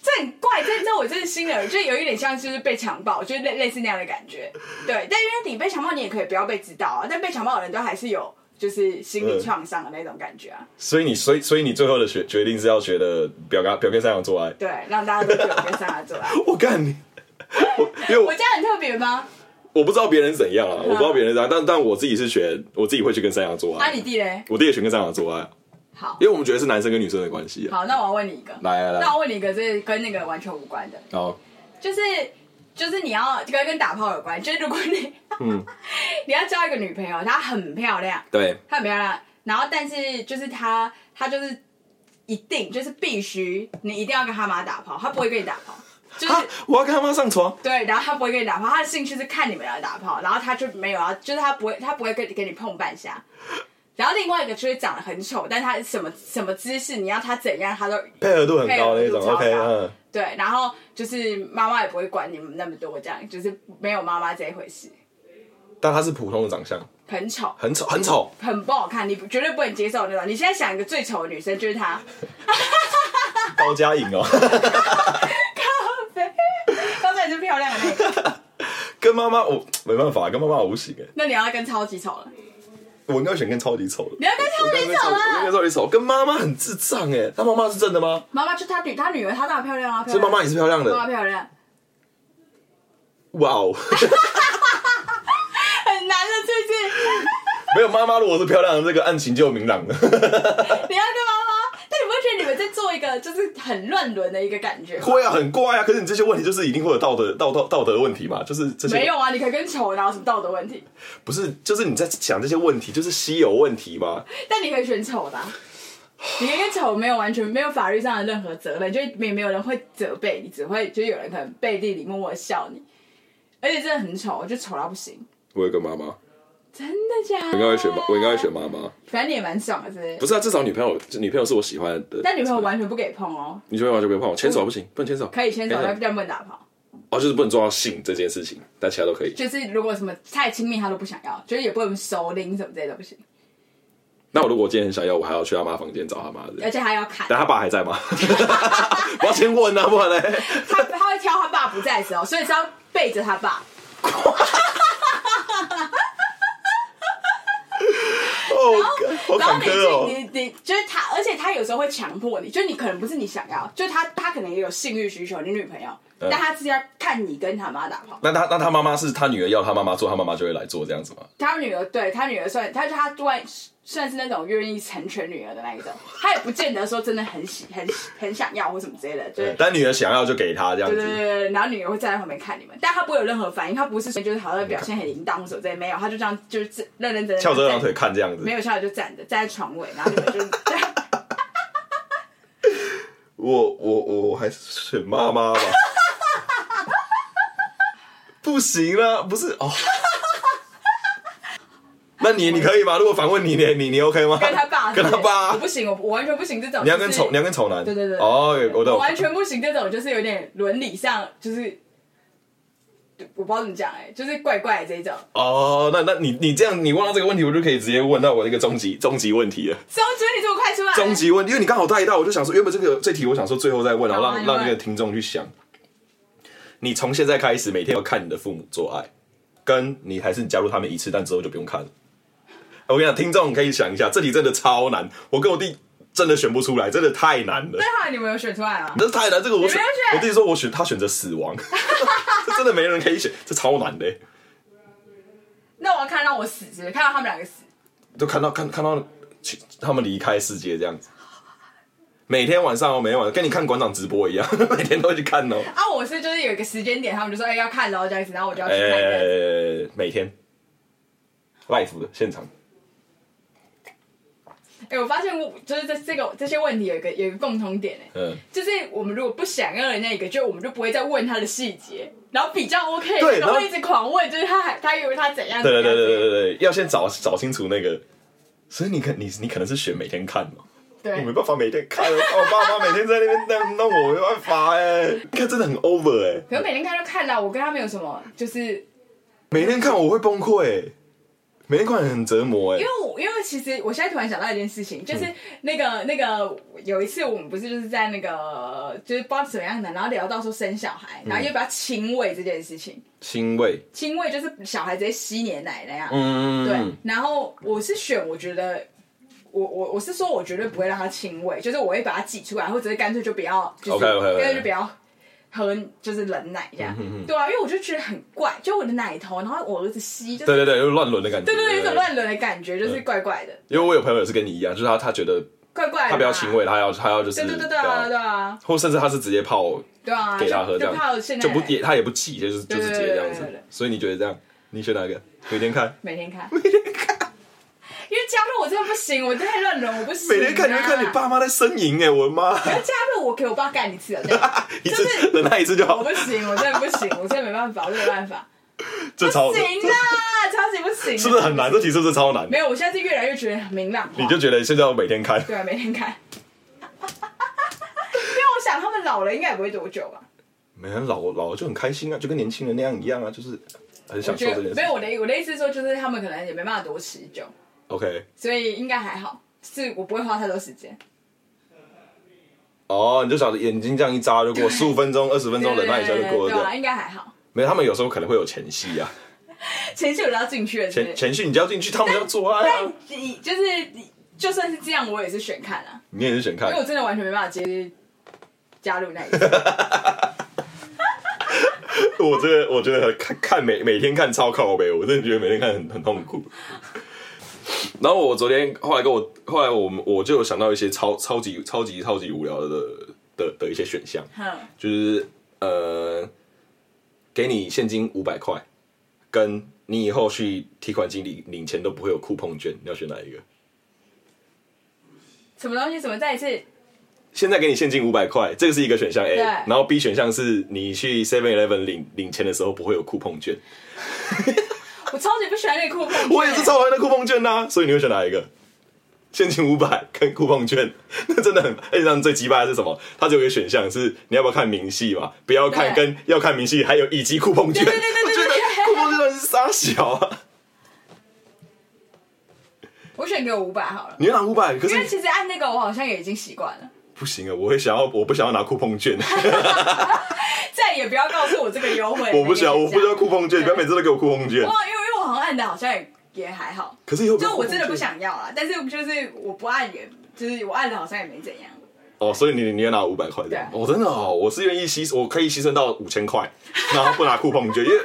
Speaker 1: 这很怪，这这我真是心里就有一点像就是被强暴，就是类类似那样的感觉。对，但因为你被强暴，你也可以不要被知道啊，但被强暴的人都还是有就是心
Speaker 2: 嗯
Speaker 1: 理创伤的那种感觉啊。
Speaker 2: 所以你所以所以你最后的决决定是要觉得不要跟他不要跟山羊做爱。
Speaker 1: 对，让大家都觉得我跟上来做爱。
Speaker 2: 我干你， 我因为我
Speaker 1: 我这样很特别吗？
Speaker 2: 我不知道别人怎样啊，我不知道别人怎样，但但我自己是选我自己会去跟山羊做
Speaker 1: 啊，
Speaker 2: 爱，
Speaker 1: 你弟嘞？
Speaker 2: 我弟也选跟山羊做爱，啊
Speaker 1: 好
Speaker 2: 因，为我们觉得是男生跟女生的关系啊。
Speaker 1: 好，那我要问你一个。
Speaker 2: 来来来
Speaker 1: 那我问你一个，这跟那个完全无关的，
Speaker 2: 然后
Speaker 1: 就是就是你要跟跟打炮有关，就是如果你
Speaker 2: 嗯，
Speaker 1: 你要交一个女朋友，她很漂亮。
Speaker 2: 对，
Speaker 1: 她很漂亮。然后，但是就是她，她就是一定就是必须，你一定要跟哈马打炮，她不会跟你打炮，就是、
Speaker 2: 啊，我要跟他妈上床，
Speaker 1: 对，然后她不会跟你打炮，她的兴趣是看你们俩打炮，然后她就没有啊，就是她不会，她不会跟给你碰半下。然后另外一个就是长得很丑，但她什么什么姿势，你要她怎样，她都
Speaker 2: 配合度很高
Speaker 1: 配
Speaker 2: 那
Speaker 1: 合度
Speaker 2: 种
Speaker 1: 超
Speaker 2: ，OK，
Speaker 1: 高
Speaker 2: 嗯，
Speaker 1: 对。然后就是妈妈也不会管你们那么多，这样就是没有妈妈这一回事。
Speaker 2: 但他是普通的长相，
Speaker 1: 很丑，
Speaker 2: 很丑，很丑。
Speaker 1: 很不好看，你不绝对不能接受那种。你现在想一个最丑的女生就是她，
Speaker 2: 高佳颖哦，
Speaker 1: 到最后是漂亮的那个。
Speaker 2: 跟妈妈我没办法，跟妈妈我不行哎，
Speaker 1: 那你要跟超级丑了，
Speaker 2: 我应该选跟超级丑的。
Speaker 1: 你要跟超级丑
Speaker 2: 我应该
Speaker 1: 了。
Speaker 2: 跟超级丑，跟妈妈很智障哎。他妈妈是正的吗？
Speaker 1: 妈妈就她女，她女儿她当然漂亮啊，漂
Speaker 2: 所以
Speaker 1: 亮
Speaker 2: 妈妈也是漂亮
Speaker 1: 妈妈
Speaker 2: 的。
Speaker 1: 漂亮，
Speaker 2: 哇哦，
Speaker 1: 很难的，最近
Speaker 2: 没有妈妈如果是漂亮的，这个案情就明朗了。
Speaker 1: 你要跟妈妈，但你不会觉得你们在做一个就是很乱伦的一个感觉吗？
Speaker 2: 会啊，很怪啊。可是你这些问题就是一定会有道德道道道德问题嘛，就是这些
Speaker 1: 没有啊，你可以跟丑哪有什么道德问题？
Speaker 2: 不是就是你在想这些问题，就是稀有问题嘛。
Speaker 1: 但你可以选丑的啊、你可以跟丑没有完全没有法律上的任何责任，就也没有人会责备你，只会就有人可能背地里默默地笑你，而且真的很丑，就丑到不行，
Speaker 2: 我有个妈妈，
Speaker 1: 真的假的？
Speaker 2: 我应该会选妈，我应该会选妈妈。
Speaker 1: 反正你也蛮爽的，是不是？
Speaker 2: 不是啊，至少女朋友女朋友是我喜欢的。
Speaker 1: 但女朋友完全不给碰哦，
Speaker 2: 你就会完全不会碰我，牵手啊不行，不能牵手。
Speaker 1: 可以牵手，
Speaker 2: 哎
Speaker 1: 但但不能打炮。
Speaker 2: 哦，就是不能做到性这件事情，但其他都可以。
Speaker 1: 就是如果什么太亲密，他都不想要，就是也不能手拎什么这些都不行，
Speaker 2: 那我如果今天很想要，我还要去他妈房间找他妈的。
Speaker 1: 而且还要砍。
Speaker 2: 但他爸还在吗？ 我要先问啊，不然嘞，
Speaker 1: 他他会挑他爸不在的时候，所以是要背着他爸。
Speaker 2: 哦，好
Speaker 1: 然后
Speaker 2: 坎
Speaker 1: 你
Speaker 2: 坷
Speaker 1: 就
Speaker 2: 哦。
Speaker 1: 你你就是他，而且他有时候会强迫你，就你可能不是你想要，就他他可能也有性欲需求，你女朋友，但他是要看你跟他妈打炮。
Speaker 2: 那他那他妈妈是他女儿要他妈妈做，他妈妈就会来做这样子吗？
Speaker 1: 他女儿对他女儿算，他就他算算是那种愿意成全女儿的那一种，他也不见得说真的很喜很很想要或什么之类的，就是
Speaker 2: 但女儿想要就给他这样
Speaker 1: 对对对
Speaker 2: 子。
Speaker 1: 对，然后女儿会站在旁边看你们，但她不会有任何反应，她不是就是好像表现很淫荡或者之类，没有，她就这样就是认认真真地
Speaker 2: 翘着二郎
Speaker 1: 站
Speaker 2: 腿，看这样子
Speaker 1: 没，有翘着就站着，站在床尾，然后你们就
Speaker 2: 我我我我还是选妈妈吧， 不行啦，不是 哦。那你你可以吗？如果反问你，你你你 OK 吗？
Speaker 1: 跟她爸
Speaker 2: 跟他
Speaker 1: 我
Speaker 2: 爸，
Speaker 1: 不行，我我完全不行这种，
Speaker 2: 你要跟
Speaker 1: 就是
Speaker 2: 丑你要跟丑男，
Speaker 1: 对对对
Speaker 2: 哦，我
Speaker 1: 我
Speaker 2: 懂，
Speaker 1: 完全不行这种，就是有点伦理上就是。我不知道怎么讲哎、就是怪怪的这一种，
Speaker 2: 哦，那那你你这样，你问到这个问题，我就可以直接问到我那个终极终极问题了。
Speaker 1: 周杰你这么快出来，
Speaker 2: 终极问题，因为你刚好带到，我就想说，原本这个这题我想说最后再问，然后
Speaker 1: 好啊
Speaker 2: 让
Speaker 1: 你问
Speaker 2: 让那个听众去想。你从现在开始每天要看你的父母做爱，跟你还是你加入他们一次，但之后就不用看了。我跟你讲，听众可以想一下，这题真的超难，我跟我弟真的选不出来，真的太难 了。
Speaker 1: 那后来你们有选出来吗？
Speaker 2: 那太难，这个我选
Speaker 1: 你没有选
Speaker 2: 我弟说我选他选择死亡， 这真的没人可以选，这超难的欸。
Speaker 1: 那我要看到我死是不是看到他们两个死，
Speaker 2: 就看到看看到去他们离开世界这样子。每天晚上哦，每天晚上跟你看馆长直播一样， 每天都会去看哦。
Speaker 1: 啊，我是就是有一个时间点，他们就说哎、要看喽这样子，然后我就要
Speaker 2: 呃、
Speaker 1: 去看这样子。
Speaker 2: 哎每天 live 的现场，
Speaker 1: 哎、我发现我就是这这个这些问题有一个有一个共通点哎、
Speaker 2: 嗯，
Speaker 1: 就是我们如果不想要人家一个，就我们就不会再问他的细节，然后比较 OK，
Speaker 2: 对
Speaker 1: 然后
Speaker 2: 然
Speaker 1: 会
Speaker 2: 后
Speaker 1: 一直狂问，就是他还他以为他怎样怎
Speaker 2: 对
Speaker 1: 样
Speaker 2: 对对对
Speaker 1: 怎样
Speaker 2: 对对，要先找找清楚那个。所以你可你你可能是选每天看嘛，我没
Speaker 1: 对，
Speaker 2: 办法每天看，我爸妈每天在那边弄弄我，没办法哎、看真的很 over 哎、
Speaker 1: 可是每天看就看到，我跟他们有什么，就是因
Speaker 2: 每天看我会崩溃、欸，每天看很折磨哎、
Speaker 1: 为我因为其实我现在突然想到一件事情，就是
Speaker 2: 嗯
Speaker 1: 那个、那个有一次我们不是就是在那个就是不知道怎么样的，然后聊到说生小孩，
Speaker 2: 嗯
Speaker 1: 然后要不要亲喂这件事情，
Speaker 2: 欣慰，
Speaker 1: 亲喂就是小孩直接吸你的奶那样，
Speaker 2: 嗯，
Speaker 1: 对，然后我是选，我觉得我我我是说，我绝对不会让他亲喂，就是我会把它挤出来，或者是干脆就不要，就是
Speaker 2: OK，OK，OK 嗯
Speaker 1: 干脆就不要喝，就是冷奶这样，对啊，因为我就觉得很怪，就我的奶头，然后我儿子吸，就是
Speaker 2: 对对对，有乱伦的感觉，
Speaker 1: 对对对，有种乱伦的感觉，就是怪怪的，
Speaker 2: 因为我有朋友也是跟你一样，就是他他觉得
Speaker 1: 怪怪的，
Speaker 2: 他不要亲，喂，他要他要就是
Speaker 1: 哎对对对对啊对啊
Speaker 2: 或甚至他是直接泡
Speaker 1: 对啊，
Speaker 2: 给他喝这
Speaker 1: 就就怕我现
Speaker 2: 样，
Speaker 1: 在
Speaker 2: 就不也他也不急，就是就
Speaker 1: 对
Speaker 2: 是直接这样
Speaker 1: 对
Speaker 2: 子
Speaker 1: 对对对。
Speaker 2: 所以你觉得这样，你选哪个？每天看，
Speaker 1: 每天看，每天看。因为加入我真的不行，我太乱伦，我不行、啊。
Speaker 2: 每天看，你会看你爸妈在呻吟哎，我的 妈！
Speaker 1: 加入我，给我爸干一次啊！这样
Speaker 2: 一次忍耐一次就
Speaker 1: 我
Speaker 2: 好
Speaker 1: 不，行，我真的不行，我真的没办法，我真的没办法。
Speaker 2: 这超
Speaker 1: 不行啦，超级不行，
Speaker 2: 哦是不是很难？？这题是不是超难
Speaker 1: 没？有，我现在是越来越觉得很明朗化。
Speaker 2: 你就觉得现在我每天看，
Speaker 1: 对啊，每天看。 因为我想他们老了应该也不会多久吧。
Speaker 2: 每天老老了就很开心啊，就跟年轻人那样一样啊，就是还是
Speaker 1: 我
Speaker 2: 想说
Speaker 1: 觉
Speaker 2: 这
Speaker 1: 得
Speaker 2: 件
Speaker 1: 没
Speaker 2: 事
Speaker 1: 有我的我的意思是说，就是他们可能也没办法多持久，
Speaker 2: ？OK，
Speaker 1: 所以应该还好，是我不会花太多时间。
Speaker 2: 哦，你就晓得眼睛这样一眨就过，十五分钟、二十分钟忍耐一下就过
Speaker 1: 对
Speaker 2: 了，对
Speaker 1: 啊，
Speaker 2: 吧。
Speaker 1: 应该还好。
Speaker 2: 没有，他们有时候可能会有前戏啊，
Speaker 1: 前期我都要进去了，对
Speaker 2: 前
Speaker 1: 不对
Speaker 2: 前戏你就要进去，他们要做爱啊
Speaker 1: 但，你就是你就算是这样，我也是选看啊，
Speaker 2: 你也是选看
Speaker 1: 因为，我真的完全没办法接加入那一次。
Speaker 2: 我这个我觉得看看每每天看超靠呗，我真的觉得每天看很很痛苦。然后我昨天后来跟我后来我们我就有想到一些超超级超级超级无聊的的的一些选项，
Speaker 1: 哼
Speaker 2: 就是呃，给你现金五百块，跟你以后去提款机领领钱都不会有酷碰券，你要选哪一个？
Speaker 1: 什么东西？什么再一次？
Speaker 2: 现在给你现金五百块，这个是一个选项 A，
Speaker 1: 对
Speaker 2: 然后 B 选项是你去 Seven Eleven 领领钱的时候不会有酷碰券，
Speaker 1: 我超级不喜欢那个酷碰。
Speaker 2: 我也是。超讨厌的酷碰券呐、所以你会选哪一个？现金五百跟酷碰券， 那真的很。而且他们最鸡巴的是什么？它只有一个选项是你要不要看明细嘛，不要看
Speaker 1: 对
Speaker 2: 跟要看明细，还有以及酷碰券。
Speaker 1: 对对对对对
Speaker 2: 我觉得酷碰券到底是傻小啊！
Speaker 1: 我选给我五百好了，
Speaker 2: 你要拿五百，可
Speaker 1: 因为
Speaker 2: 是
Speaker 1: 其实按那个我好像也已经习惯了，
Speaker 2: 不行啊！我会想要，我不想要拿酷 碰券，
Speaker 1: 再也不要告诉我这个优惠。
Speaker 2: 我不想，我不需要酷碰券，
Speaker 1: 对
Speaker 2: 不要每次都给我酷碰券
Speaker 1: 哇。，因为因为我好像按的好像也也还好，
Speaker 2: 可是以后
Speaker 1: 就我真的不
Speaker 2: 酷碰券
Speaker 1: 想要啦，但是就是我不按也，就是我按的好像也没怎样。
Speaker 2: 哦，所以你你要拿五百块这样？
Speaker 1: 对啊
Speaker 2: 我、真的哦，我是愿意牺，我可以牺牲到五千块，然后不拿酷碰券，因为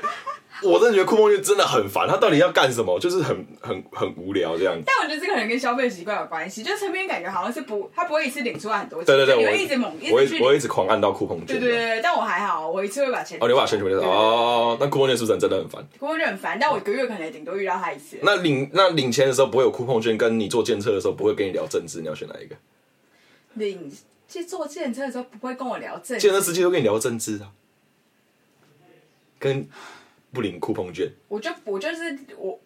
Speaker 2: 我真的觉得酷碰券真的很烦，它到底要干什么？就是很很很无 聊这样。
Speaker 1: 但我觉得这个可能跟消费习惯有关系，就陈斌感觉好像是不，他不会一次领出来很多钱，
Speaker 2: 对对对，
Speaker 1: 就你
Speaker 2: 我
Speaker 1: 会一直猛，一
Speaker 2: 我
Speaker 1: 直
Speaker 2: 会
Speaker 1: 去
Speaker 2: 我
Speaker 1: 领。
Speaker 2: 会一直狂按到酷碰
Speaker 1: 对
Speaker 2: 券。
Speaker 1: 对对，对但我还好，我一次会把钱。
Speaker 2: 哦，你把钱全部都
Speaker 1: 对对对
Speaker 2: 哦，那酷碰券是不是很真的很烦？
Speaker 1: 我就很烦，但我一个月可能也顶多遇到他一次。
Speaker 2: 那领那领钱的时候不会有酷碰券，跟你做监测的时候不会跟你聊政治，你要选哪一个？
Speaker 1: 领去坐计程车的时候不会跟我聊政治
Speaker 2: 健身司机都跟你聊政治啊，跟不领酷碰券，
Speaker 1: 我就我就是我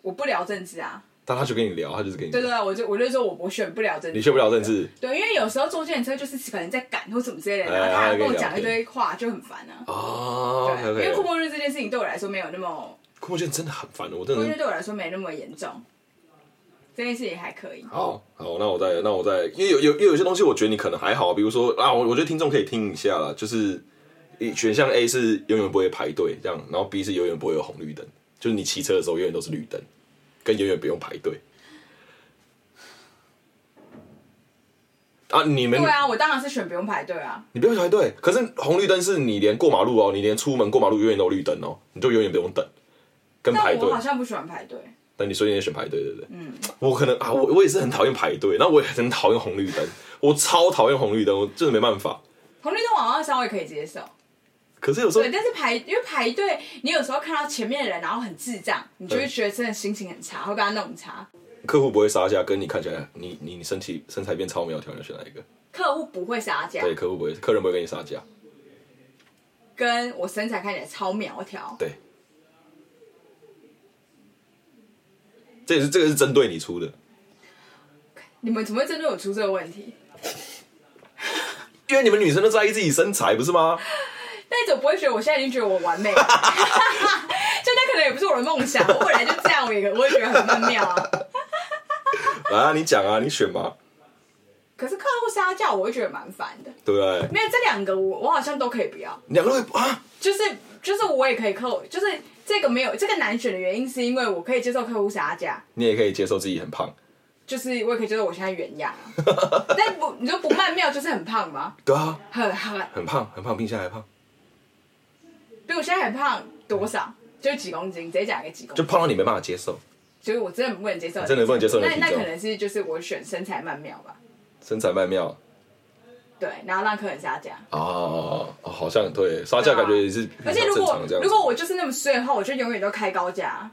Speaker 1: 我不聊政治啊，
Speaker 2: 但他就跟你聊，他就是跟你
Speaker 1: 对
Speaker 2: 聊，
Speaker 1: 对，对我就我就说我我选不了政
Speaker 2: 你
Speaker 1: 治，
Speaker 2: 学不了政治。
Speaker 1: 对，因为有时候坐计程车就是可能在赶或什么之类的，
Speaker 2: 哎
Speaker 1: 然后他还跟我
Speaker 2: 他还
Speaker 1: 讲
Speaker 2: 跟
Speaker 1: 一
Speaker 2: 你聊
Speaker 1: 堆话就很烦啊。
Speaker 2: 哦，
Speaker 1: 对，因为酷碰日这件事情对我来说没有那么，
Speaker 2: 酷碰券真的很烦，我
Speaker 1: 酷
Speaker 2: 真
Speaker 1: 碰
Speaker 2: 的
Speaker 1: 日
Speaker 2: 是。
Speaker 1: 对我来说没那么严重，这件事情还可以。
Speaker 2: 好哦好，那我再那我再，因为有有因为有些东西，我觉得你可能还好，比如说啊，我我觉得听众可以听一下啦，就是一选项 A 是永远不会排队这样，然后 B 是永远不会有红绿灯，就是你骑车的时候永远都是绿灯，跟永远不用排队。啊，你们
Speaker 1: 对啊，我当然是选不用排队啊。
Speaker 2: 你不用排队，可是红绿灯是你连过马路哦，你连出门过马路永远都绿灯哦，你就永远不用等，跟排
Speaker 1: 但
Speaker 2: 队
Speaker 1: 我。好像不喜欢排队，
Speaker 2: 但你说你也选排队，对不对？嗯，我可能啊，我我也是很讨厌排队，然后我也很讨厌红绿灯，我超讨厌红绿灯，我真的没办法。
Speaker 1: 红绿灯我好像稍微可以接受，
Speaker 2: 可是有时候
Speaker 1: 对，，但是排因为排队，你有时候看到前面的人，然后很智障，你就会觉得真的心情很差，会跟他弄差。
Speaker 2: 客户不会杀价，跟你看起来你你你身体身材变超苗条，你要选哪一个？
Speaker 1: 客户不会杀价，
Speaker 2: 对，客户不会，客人不会跟你杀价。
Speaker 1: 跟我身材看起来超苗条，
Speaker 2: 对，这也是这个是针对你出的，
Speaker 1: 你们怎么会针对我出这个问题？
Speaker 2: 因为你们女生都在意自己身材，不是吗？
Speaker 1: 但你总不会觉得我现在已经觉得我完美了， 就那可能也不是我的梦想，我本来就这样，我也我也觉得很曼妙啊。
Speaker 2: 啊，你讲啊，你选吧，
Speaker 1: 可是客户杀价，我会觉得蛮烦的。
Speaker 2: 对不对？
Speaker 1: 没有这两个我，我好像都可以不要，
Speaker 2: 两个都会啊，
Speaker 1: 就是就是我也可以客，就是这个没有这个难选的原因，是因为我可以接受客户杀价，
Speaker 2: 你也可以接受自己很胖，
Speaker 1: 就是我也可以接受我现在原样啊。 但不，你说不曼妙就是很胖吗？
Speaker 2: 对啊，
Speaker 1: 很很，
Speaker 2: 很胖，很胖，比你现在还胖，
Speaker 1: 比我现在很胖多少？就是几公斤，直接讲一个几公
Speaker 2: 就
Speaker 1: 斤，
Speaker 2: 胖到你没办法接受。
Speaker 1: 就是我真的不能接受，
Speaker 2: 真的不能接受你的
Speaker 1: 那
Speaker 2: 体
Speaker 1: 那
Speaker 2: 重
Speaker 1: 可能是就是我选身材曼妙吧，
Speaker 2: 身材曼妙
Speaker 1: 对，然后让客人杀价。
Speaker 2: 哦，哦好像对，杀价感觉也是比较
Speaker 1: 嗯而且如
Speaker 2: 正
Speaker 1: 果
Speaker 2: 常这样子。
Speaker 1: 如果我就是那么衰的话，我就永远都开高价，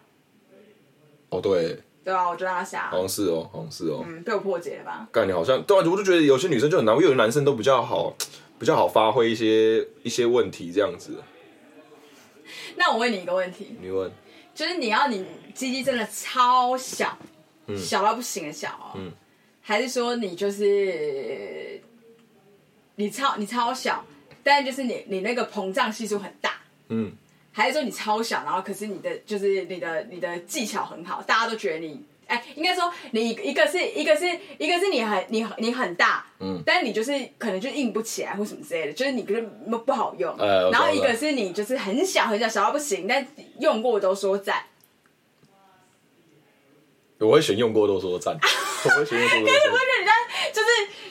Speaker 2: 哦对，
Speaker 1: 对啊吧、我就让他杀
Speaker 2: 好，像是哦，好像是哦，
Speaker 1: 嗯，被我破解了吧？
Speaker 2: 感觉好像对啊，我就觉得有些女生就很难，因为有的男生都比较好，比较好发挥一些一些问题这样子。
Speaker 1: 那我问你一个问题，
Speaker 2: 你问，
Speaker 1: 就是你要你鸡鸡真的超小，小到不行的小哦，
Speaker 2: 嗯
Speaker 1: 还是说你就是你超你超小，但就是你你那个膨胀系数很大，
Speaker 2: 嗯，
Speaker 1: 还是说你超小，然后可是你的就是你的你的技巧很好，大家都觉得你。哎、应该说你一个是一个是一个是你很你很你很大，嗯，但是你就是可能就硬不起来或什么之类的，就是你可能不不好用。
Speaker 2: 哎我
Speaker 1: 然后
Speaker 2: 懂
Speaker 1: 一
Speaker 2: 我懂
Speaker 1: 个是你就是很小很小小到不行，但用过都说赞。
Speaker 2: 我会选用过都说 赞，我会选用过都说赞。
Speaker 1: 那你在就是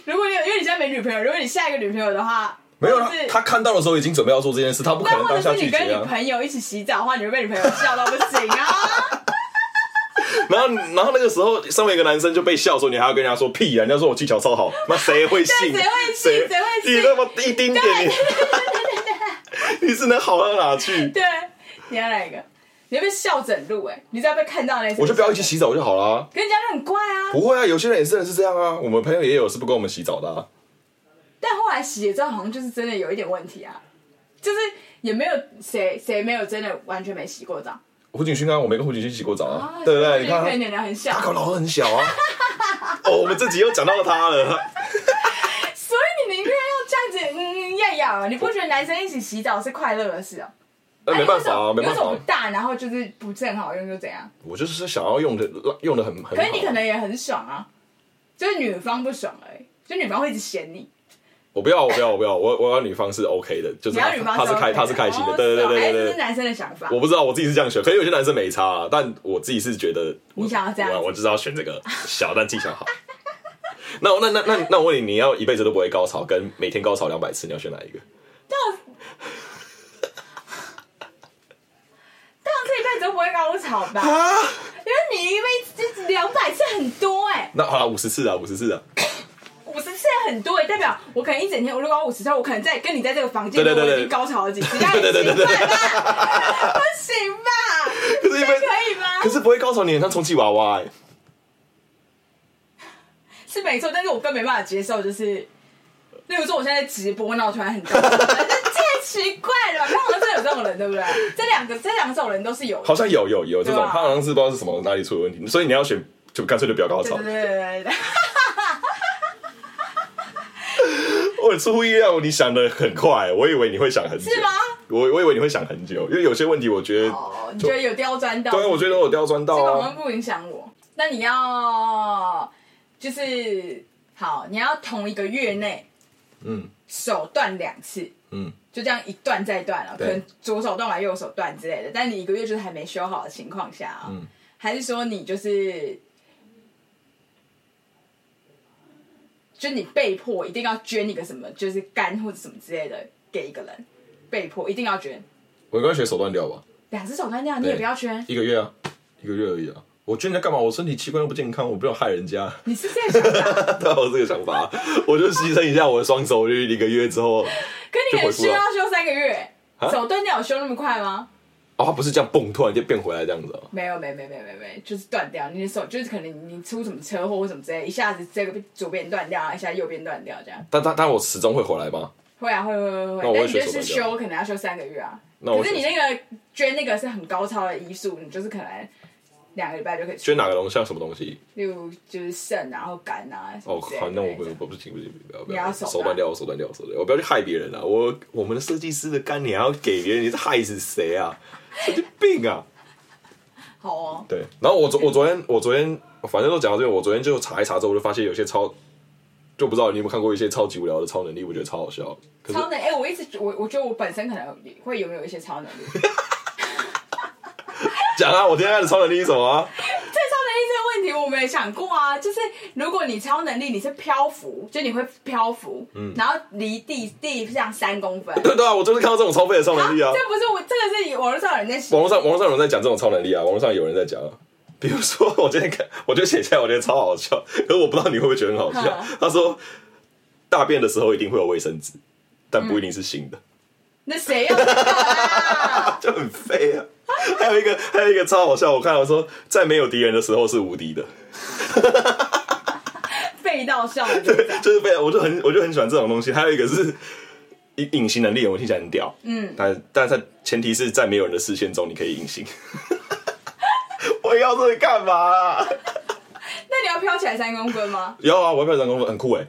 Speaker 1: 如果你有因为你现在没女朋友，如果你下一个女朋友的话，
Speaker 2: 没有
Speaker 1: 或
Speaker 2: 啦
Speaker 1: 者是，
Speaker 2: 他看到的时候已经准备要做这件事，他不可
Speaker 1: 但
Speaker 2: 能
Speaker 1: 或
Speaker 2: 当下
Speaker 1: 者是
Speaker 2: 拒
Speaker 1: 你
Speaker 2: 绝
Speaker 1: 跟你
Speaker 2: 啊。
Speaker 1: 朋友一起洗澡的话，你会被女朋友笑到不行 啊！
Speaker 2: 然后，然后那个时候，身为一个男生就被笑说，你还要跟人家说屁啊，人家说我技巧超好，那谁会信？
Speaker 1: 对谁会信谁会信
Speaker 2: 你那么一丁点， 你你是能好到哪去？
Speaker 1: 对，你要哪一个？你会被笑整路哎、你只要被看到那一次，
Speaker 2: 我就不要一起洗澡就好啦。
Speaker 1: 跟人家就很怪啊。
Speaker 2: 不会啊，有些人也是真的是这样啊。我们朋友也有是不跟我们洗澡的、啊，
Speaker 1: 但后来洗了之后，好像就是真的有一点问题啊，就是也没有谁谁没有真的完全没洗过澡
Speaker 2: 胡景勋啊，我没跟胡景勋洗过澡啊，
Speaker 1: 啊，
Speaker 2: 对不对？
Speaker 1: 所以我觉
Speaker 2: 你
Speaker 1: 得可能
Speaker 2: 看
Speaker 1: 年龄很小
Speaker 2: 他，搞老二很小啊。哦，我们这集又讲到他了。
Speaker 1: 所以你宁愿要这样子嗯呀呀，你不觉得男生一起洗澡是快乐的事哦、
Speaker 2: 那没办法
Speaker 1: 那
Speaker 2: 啊，
Speaker 1: 你为什么你为
Speaker 2: 没办
Speaker 1: 什
Speaker 2: 法
Speaker 1: 么
Speaker 2: 啊
Speaker 1: 不，大，然后就是不是很好用，就怎样？
Speaker 2: 我就是想要用的，用的很很好。
Speaker 1: 可是你可能也很爽啊，就是女方不爽而已，就女方会一直嫌你。
Speaker 2: 我不要，我不要，我不要，我我要女方是 OK 的，就是
Speaker 1: 你
Speaker 2: 他
Speaker 1: 要女方
Speaker 2: 他是
Speaker 1: OK
Speaker 2: 开
Speaker 1: 的
Speaker 2: 他是开心
Speaker 1: 哦
Speaker 2: 的，对对
Speaker 1: 是哦
Speaker 2: 对
Speaker 1: 哎这
Speaker 2: 对对
Speaker 1: 是
Speaker 2: 对。
Speaker 1: 男生的想法。
Speaker 2: 我不知道我自己是这样选，可是有些男生没差啊，但我自己是觉得我
Speaker 1: 你想要这样子
Speaker 2: 我我就是要选这个小但技巧好。那我那那那那我问你，你要一辈子都不会高潮，跟每天高潮两百次，你要选哪一个？
Speaker 1: 但我这一辈子都不会高潮吧？ 因为你一辈子两百次很多哎、
Speaker 2: 那好了，五十次啊，五十次啊，
Speaker 1: 五十次很多哎、代表我可能一整天，我如果五十次，我可能在跟你在这个房间，
Speaker 2: 对对对对
Speaker 1: 我已经高潮了几 次，
Speaker 2: 对对对对对
Speaker 1: 那也行吧 不行吧？
Speaker 2: 可是一辈
Speaker 1: 这可以啊吗
Speaker 2: 可是不会高潮，你很像充气娃娃、欸，
Speaker 1: 是没错，但是我更没办法接受，就是，例如说我现在直播，那我突然很高潮，这太奇怪了吧？那好像真的有这种人，对不对？这两个这两种人都是有的，
Speaker 2: 好像有有有这种，
Speaker 1: 对啊
Speaker 2: 他好像是不知道是什么哪里出了问题，所以你要选就干脆就不要高
Speaker 1: 对
Speaker 2: 潮
Speaker 1: 对。对对对对。
Speaker 2: 我出乎意料，你想的很快，我以为你会想很久。
Speaker 1: 是吗？
Speaker 2: 我我以为你会想很久，因为有些问题我觉得，
Speaker 1: 哦，你觉得有刁钻到？
Speaker 2: 对，啊我觉得我刁钻到
Speaker 1: 这个好
Speaker 2: 啊
Speaker 1: 像。不影响我。那你要就是好，你要同一个月内
Speaker 2: 嗯
Speaker 1: 手断两次，
Speaker 2: 嗯，
Speaker 1: 就这样一段再断了，可
Speaker 2: 对
Speaker 1: 能左手断完右手断之类的。但你一个月就是还没修好的情况下啊、
Speaker 2: 嗯
Speaker 1: 还是说你就是就你被迫一定要捐一个什么，就是肝或者什么之类的给一个人，被迫一定要捐
Speaker 2: 我应该学手断掉吧？
Speaker 1: 两只手断掉，你也不要捐。
Speaker 2: 一个月啊，一个月而已啊。我捐在干嘛？我身体器官又不健康，我不要害人家。
Speaker 1: 你是这样想的啊、
Speaker 2: 对啊，我这个想法，我就牺牲一下我的双手，就一个月之后，啊
Speaker 1: 可你可能需
Speaker 2: 就回
Speaker 1: 要修三个月，
Speaker 2: 啊
Speaker 1: 手断掉有修那么快吗？
Speaker 2: 哦，他不是这样蹦，突然就变回来这样子啊。
Speaker 1: 没有，没有没有没有没有没有，就是断掉。你的手就是可能你出什么车祸或什么之类，一下子这个左边断掉，一下右边断掉，这样
Speaker 2: 但但但我始终会回来吗？
Speaker 1: 会啊会会会
Speaker 2: 那我
Speaker 1: 会。但
Speaker 2: 会
Speaker 1: 你就
Speaker 2: 学
Speaker 1: 是
Speaker 2: 手断掉
Speaker 1: 修，可能要修三个月啊。
Speaker 2: 那我
Speaker 1: 可是你那个捐那个是很高超的医术，你就是可能两个礼拜就可以出
Speaker 2: 捐哪个东西？像什么东西？
Speaker 1: 例如就是肾啊，然后肝啊什
Speaker 2: 哦
Speaker 1: 么之类，的。
Speaker 2: 好，那我不我不行不行，不要不
Speaker 1: 你
Speaker 2: 要，
Speaker 1: 要手
Speaker 2: 手断掉，我手断掉，我手断掉，我不要去害别人啊！我我们的设计师的肝你还要给别人，你是害死谁啊？神经病啊！
Speaker 1: 好哦，
Speaker 2: 对，然后我昨我昨天我昨天反正都讲到这边，我昨天就查一查之后，我就发现有些超就不知道你有没有看过一些超级无聊的超能力，我觉得超好笑。可是
Speaker 1: 超能哎、我一直我我觉得我本身可能也会有没有一些超能力，这超能力
Speaker 2: 讲啊，我今天看的超能力是什么啊？
Speaker 1: 这个问题我没想过啊。就是如果你超能力你是漂浮，就你会漂浮，然后离地地上三公分，
Speaker 2: 嗯 对对啊，我就是看到这种超废的超能力啊！
Speaker 1: 这不是我，这个是网络上有人在写
Speaker 2: 网络上网络上有人在讲这种超能力啊，网络上有人在讲啊。比如说，我今天看，我就写下来，我觉得超好笑，可是我不知道你会不会觉得很好笑
Speaker 1: 嗯。
Speaker 2: 他说，大便的时候一定会有卫生纸，但不一定是新的，
Speaker 1: 那谁要知道啊？
Speaker 2: 就很废啊。还有一个，还有一个超好笑，我看到说，在没有敌人的时候是无敌的，
Speaker 1: 废到笑了，对不对？
Speaker 2: 就是非常，我就很我就很喜欢这种东西。还有一个是隐隐形能力，我听起来很屌，嗯，但但是它前提是在没有人的视线中你可以隐形。 我要这个干嘛啊、
Speaker 1: 那你要飘起来三公分吗？
Speaker 2: 有啊，我要票长公分很酷哎、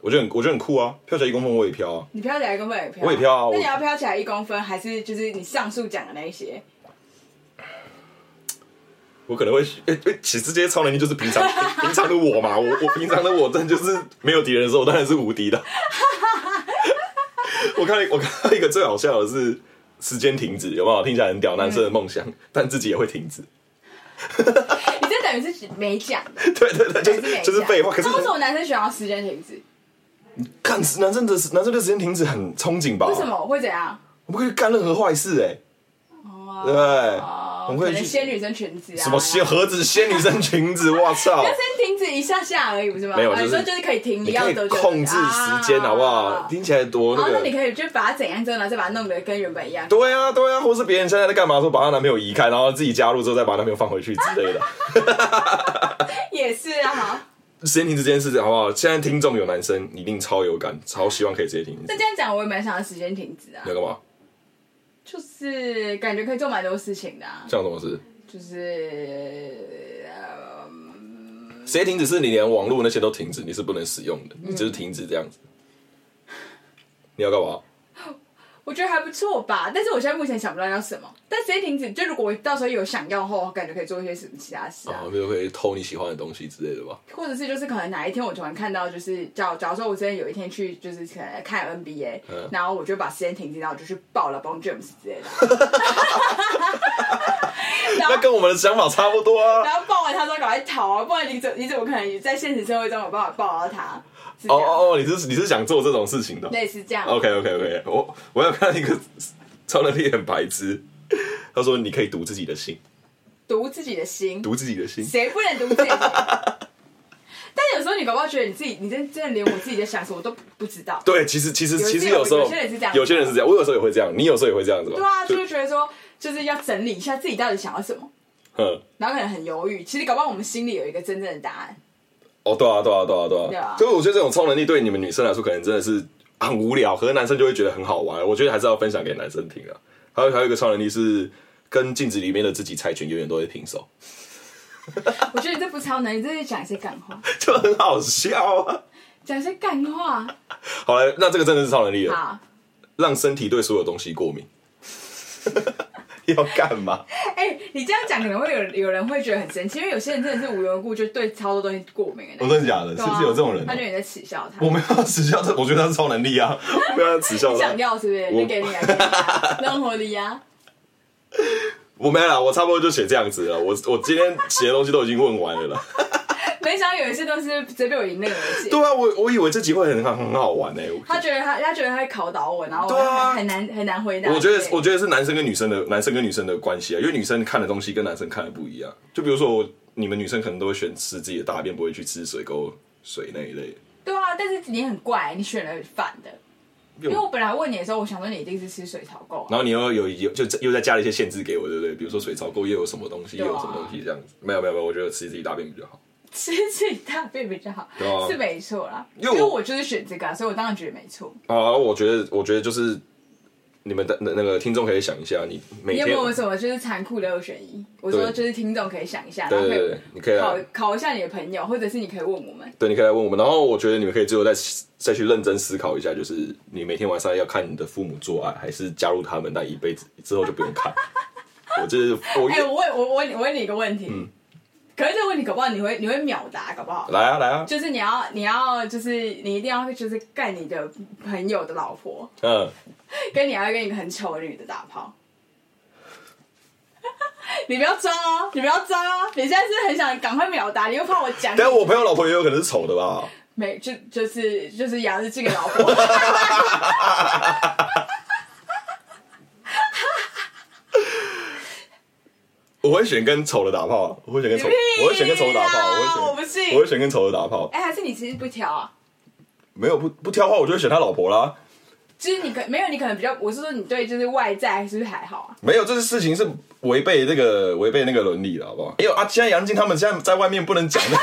Speaker 2: 我觉得很我觉得很酷啊，飘起来一公分我也飘啊，
Speaker 1: 你飘起来一公分也飘，
Speaker 2: 我也飘啊我
Speaker 1: 那你要飘起来一公分，还是就是你上述讲的那一些？
Speaker 2: 我可能会，诶、诶其实这些超能力就是 平常平平常的我嘛，我我平常的我，真的就是没有敌人的时候，我当然是无敌的。 我看了我看到一个最好笑的是时间停止，有没有？听起来很屌，男生的梦
Speaker 1: 嗯
Speaker 2: 想，但自己也会停止。
Speaker 1: 你这等于是没讲的，
Speaker 2: 对对对，就
Speaker 1: 还是没
Speaker 2: 是
Speaker 1: 讲
Speaker 2: 就是废话。可是
Speaker 1: 那为什么男生喜欢时间停止？
Speaker 2: 看男生的时男生对时间停止很憧憬吧？
Speaker 1: 为什？么会怎样？
Speaker 2: 我们可以干任何坏事哎、
Speaker 1: 哦
Speaker 2: 对不对？
Speaker 1: 哦
Speaker 2: 我们
Speaker 1: 可
Speaker 2: 可以
Speaker 1: 能
Speaker 2: 呃去
Speaker 1: 仙女生裙子啊，
Speaker 2: 什么仙何止仙女生 裙子，我操！
Speaker 1: 先停止一下下而已，不是吗？
Speaker 2: 没有
Speaker 1: 哦你
Speaker 2: 就是
Speaker 1: 说就是可以停，
Speaker 2: 你
Speaker 1: 要
Speaker 2: 可以
Speaker 1: 多久
Speaker 2: 控制时间好不好？听起来多
Speaker 1: 然
Speaker 2: 那
Speaker 1: 后
Speaker 2: 个。
Speaker 1: 啊那你可以就把它怎样之后，然后再把它弄得跟原本一样。
Speaker 2: 对啊，对啊，或是别人现在在干嘛的时候，把她男朋友移开，然后自己加入之后再把男朋友放回去之类的。
Speaker 1: 也是啊，好。
Speaker 2: 时间停止这件事情好不好？现在听众有男生一定超有感，超希望可以直接停止
Speaker 1: 那。这样讲，我也蛮想要时间停止啊
Speaker 2: 你，要干嘛？
Speaker 1: 就是感觉可以做蛮多事情的、啊，
Speaker 2: 这样什么事？
Speaker 1: 就是、呃、
Speaker 2: 时间停止是你连网络那些都停止，你是不能使用的，你就是停止这样子。你要干 嘛？
Speaker 1: 我觉得还不错吧。但是我现在目前想不到要什么。但时间停止，就如果我到时候有想要后，感觉可以做一些什么其他事啊
Speaker 2: 啊，，比如可以偷你喜欢的东西之类的吧。
Speaker 1: 或者是就是可能哪一天我突然看到，就是假如假如说我之前有一天去就是可能看 NBA，、
Speaker 2: 嗯
Speaker 1: 然后我就把时间停止，然后我就去爆了 Bon James 之 类的， 然后
Speaker 2: 那跟我们的想法差不多 啊
Speaker 1: 然。后抱完他之后赶快逃啊，不然你怎你怎么可能在现实社会中有办法抱到他？是这
Speaker 2: 哦
Speaker 1: 样
Speaker 2: 哦哦，你是你是想做这种事情的哦？
Speaker 1: 类似这样。
Speaker 2: OK OK OK，我我有看到一个超能力很白痴，他说你可以读自己的心，
Speaker 1: 读自己的心，
Speaker 2: 读自己的心，
Speaker 1: 谁不能读自己的心？ 但有时候你搞不好觉得你自己，你真真的连我自己在想什么我都不知 道。
Speaker 2: 对，其实其实
Speaker 1: 有些
Speaker 2: 其实有时候
Speaker 1: 有些人是这样
Speaker 2: 有些人是这样，我有时候也会这样，你有时候也会这样子吧？
Speaker 1: 对啊，就
Speaker 2: 就是
Speaker 1: 觉得说，就是要整理一下自己到底想要什么，
Speaker 2: 嗯，
Speaker 1: 然后可能很犹豫。其实搞不好我们心里有一个真正的答案。
Speaker 2: 哦，对啊，对啊，对啊，对
Speaker 1: 对
Speaker 2: 啊
Speaker 1: 啊，
Speaker 2: 就是我觉得这种超能力对你们女生来说可能真的是很无聊，可是男生就会觉得很好玩。我觉得还是要分享给男生听啊。还有还有一个超能力是跟镜子里面的自己猜拳，永远都会平手，
Speaker 1: 我觉得你这不超能力，这是讲一些干话，
Speaker 2: 就很好笑啊。
Speaker 1: 讲一些干话。
Speaker 2: 好了，那这个真的是超能力了，
Speaker 1: 好，
Speaker 2: 让身体对所有东西过敏。 要干嘛？
Speaker 1: 哎、你这样讲可能会有有人会觉得很生气，因为有些人真的是无缘无故就对超多东西过敏的
Speaker 2: 我
Speaker 1: 那种。
Speaker 2: 哦真的假的？是不是有这种
Speaker 1: 对啊
Speaker 2: 人
Speaker 1: 他
Speaker 2: 啊、
Speaker 1: 觉得你在耻笑他
Speaker 2: 我。没有耻笑他，我觉得他是超能力啊，我没有要耻笑
Speaker 1: 你
Speaker 2: 他
Speaker 1: 想。要是不是？
Speaker 2: 我
Speaker 1: 就给你啊，给你啊，弄活力啊！
Speaker 2: 我没了，我差不多就写这样子了。我我今天写的东西都已经问完了啦。
Speaker 1: 没想到有一些都是直接被我迎刃而解
Speaker 2: 对。啊，我我以为这集会很好很好玩呢、
Speaker 1: 他觉得他他觉得他会考倒我，然后我
Speaker 2: 对啊
Speaker 1: 很很难很难回答。
Speaker 2: 我觉得
Speaker 1: 对
Speaker 2: 我觉得是男生跟女生的男生跟女生的关系啊，因为女生看的东西跟男生看的不一样。就比如说我你们女生可能都会选吃自己的大便，不会去吃水沟水那一类。
Speaker 1: 对啊，但是你很怪，你选了反的。因为我本来问你的时候，我想说你一定是吃水草购啊，
Speaker 2: 然后你又有有就又再加了一些限制给我，对不对？比如说水槽沟又有什么东西，又
Speaker 1: 对啊
Speaker 2: 有什么东西这样子。没有没有没有，我觉得吃自己大便比较好。
Speaker 1: 吃自己大便比较好
Speaker 2: 对啊，
Speaker 1: 是没错啦。
Speaker 2: 因为
Speaker 1: 因
Speaker 2: 我
Speaker 1: 为我就是选这个啊，所以我当然觉得没错。
Speaker 2: 啊，我觉得我觉得就是你们的那那个听众可以想一下，你每
Speaker 1: 你有
Speaker 2: 天
Speaker 1: 没有什么就是残酷的二选一？我说
Speaker 2: 对
Speaker 1: 就是听众可以想一下，
Speaker 2: 对
Speaker 1: 然后
Speaker 2: 对
Speaker 1: 可
Speaker 2: 对，对
Speaker 1: 以
Speaker 2: 你可以啊来
Speaker 1: 考考一下你的朋友，或者是你可以问我们。
Speaker 2: 对，你可以来问我们。然后我觉得你们可以最后再再去认真思考一下，就是你每天晚上要看你的父母做爱，还是加入他们，但一辈子之后就不用看。 我这、是我、嗯
Speaker 1: 哎，我问我我问我问你一个问题，可是这个问题搞不好你会你会秒答，搞不好。
Speaker 2: 来啊来啊，
Speaker 1: 就是你要，你要，就是你一定要，就是干你的朋友的老婆，
Speaker 2: 嗯，
Speaker 1: 跟你要跟一个很丑的女的打炮。 你不要装哦，你不要装哦！你现在是很想赶快秒答，你又怕我讲
Speaker 2: 但我朋友老婆也有可能是丑的吧？
Speaker 1: 没就就是就是杨日俊的老 婆，
Speaker 2: 我会选跟丑的打炮，我会选跟丑，
Speaker 1: 你屁啦
Speaker 2: 我会选跟丑的打炮，我会选，
Speaker 1: 我不信
Speaker 2: 我会选跟丑的打炮。
Speaker 1: 哎、还是你其实不挑啊？
Speaker 2: 没有不不挑的话，我就会选他老婆啦。
Speaker 1: 就是你可没有你可能比较，我是说你对就是外在是不是还好啊？
Speaker 2: 没有，这件事情是违背那个违背那个伦理的，好不好？没有啊，现在杨静他们现在在外面不能讲的。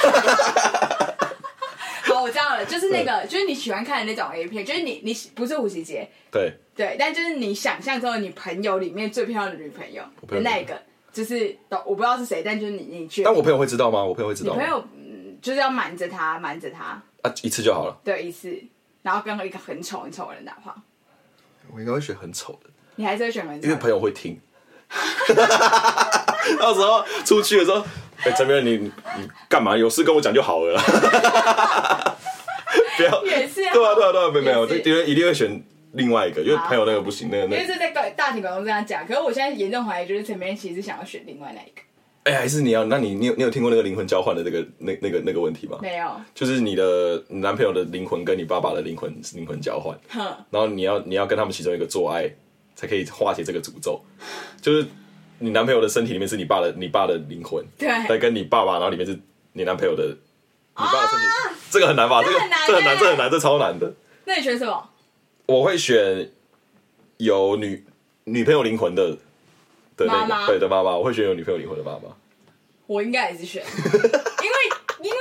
Speaker 1: 好，我知道了，就是那个就是你喜欢看的那种 A 片，就是你你不是胡奇杰，
Speaker 2: 对，
Speaker 1: 对，但就是你想象中的你朋友里面最漂亮的女朋友
Speaker 2: 朋友
Speaker 1: 的那一个，就是我不知道是谁，但就是你你去，
Speaker 2: 但我朋友会知道吗？我朋友会知
Speaker 1: 你
Speaker 2: 道吗
Speaker 1: 朋？友、嗯、就是要瞒着他，瞒着他，
Speaker 2: 啊啊，一次就好了。
Speaker 1: 对一次，然后跟一个很丑很丑的人打炮，
Speaker 2: 我应该会选很丑的，
Speaker 1: 你还是会选很
Speaker 2: 因为
Speaker 1: 丑的。
Speaker 2: 朋友会听。 到时候出去的时候， 哎、陈明，你你你干嘛？有事跟我讲就好了啦。 不要，
Speaker 1: 也是啊
Speaker 2: 对啊，对啊，对啊，没有没有，我
Speaker 1: 也
Speaker 2: 就是因为一定会选另外一个，因为
Speaker 1: 好
Speaker 2: 朋友那个不行，那个
Speaker 1: 因
Speaker 2: 那
Speaker 1: 为
Speaker 2: 个，
Speaker 1: 是在大大庭广众这样讲，可是我现在严重怀疑，就是陈明其实想要选另外那一 个，
Speaker 2: 哎、还是你要，那你你有你有听过那个灵魂交换的那个那那个那个问题吗？
Speaker 1: 没有，
Speaker 2: 就是你的你男朋友的灵魂跟你爸爸的灵魂灵魂交换，
Speaker 1: 哼，
Speaker 2: 然后你要你要跟他们其中一个做爱，才可以化解这个诅咒。就是你男朋友的身体里面是你爸的你爸的灵魂，
Speaker 1: 对
Speaker 2: 但跟你爸爸，然后里面是你男朋友的你爸的身体，这个很难吧？这个
Speaker 1: 啊这
Speaker 2: 这
Speaker 1: 很
Speaker 2: 很
Speaker 1: 难
Speaker 2: 难，
Speaker 1: 欸
Speaker 2: 这很难，这超难的。
Speaker 1: 那你选什么？
Speaker 2: 我会选有女女朋友灵魂的的那个
Speaker 1: 妈妈
Speaker 2: 对的妈妈，我会选有女朋友灵魂的妈妈。
Speaker 1: 我应该也是 选，因为因为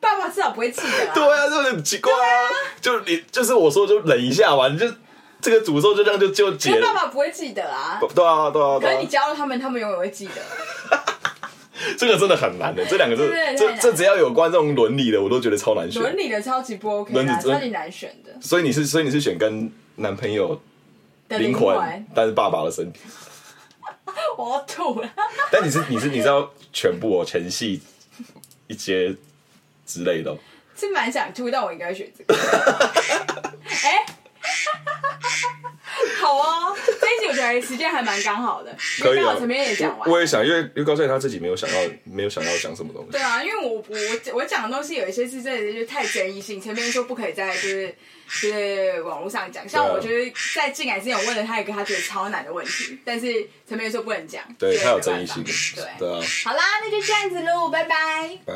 Speaker 1: 爸爸至少不会记得、啊，
Speaker 2: 对啊，这很奇怪啊！就你就是我说就忍一下嘛，你就这个诅咒就这样就就
Speaker 1: 因
Speaker 2: 解
Speaker 1: 为
Speaker 2: 了
Speaker 1: 爸。爸不会记得啊。
Speaker 2: 对啊，对啊，
Speaker 1: 哎可
Speaker 2: 对
Speaker 1: 是
Speaker 2: 啊
Speaker 1: 你，教了他们，他们永远会记得。
Speaker 2: 这个真的很难的，这两个真 的
Speaker 1: 对对对
Speaker 2: 这
Speaker 1: 对
Speaker 2: 这只要有关这种伦理的，我都觉得超难选。
Speaker 1: 伦理的超级不 OK
Speaker 2: 伦理
Speaker 1: 啦，
Speaker 2: 真
Speaker 1: 超级难选的。
Speaker 2: 所以你是所以你是选跟男朋友
Speaker 1: 的
Speaker 2: 灵
Speaker 1: 魂，
Speaker 2: 魂，但是爸爸 的身体，
Speaker 1: 我要吐了。
Speaker 2: 但你是你是你知道全部哦，前戏一些之类的哦、
Speaker 1: 是蛮想吐，但我应该选 这个。哎、 好哦，这一集我觉得时间还蛮刚好的，
Speaker 2: 可以
Speaker 1: 因为刚
Speaker 2: 啊
Speaker 1: 好前面也讲完
Speaker 2: 我。我也想，因为因为高帅他自己没有想到没有想到讲什么东西
Speaker 1: 对。啊，因为我我我讲的东西有一些是真的就是太争议性，前面说不可以在就是就是网络上讲，像
Speaker 2: 对啊
Speaker 1: 我就是在进来之前我问了他一个他觉得超难的问题，但是前面说不能讲，
Speaker 2: 对，
Speaker 1: 所以
Speaker 2: 他有
Speaker 1: 没办
Speaker 2: 争议性
Speaker 1: 法。
Speaker 2: 对
Speaker 1: 对，
Speaker 2: 啊，
Speaker 1: 好啦，那就这样子喽，拜拜。
Speaker 2: 拜。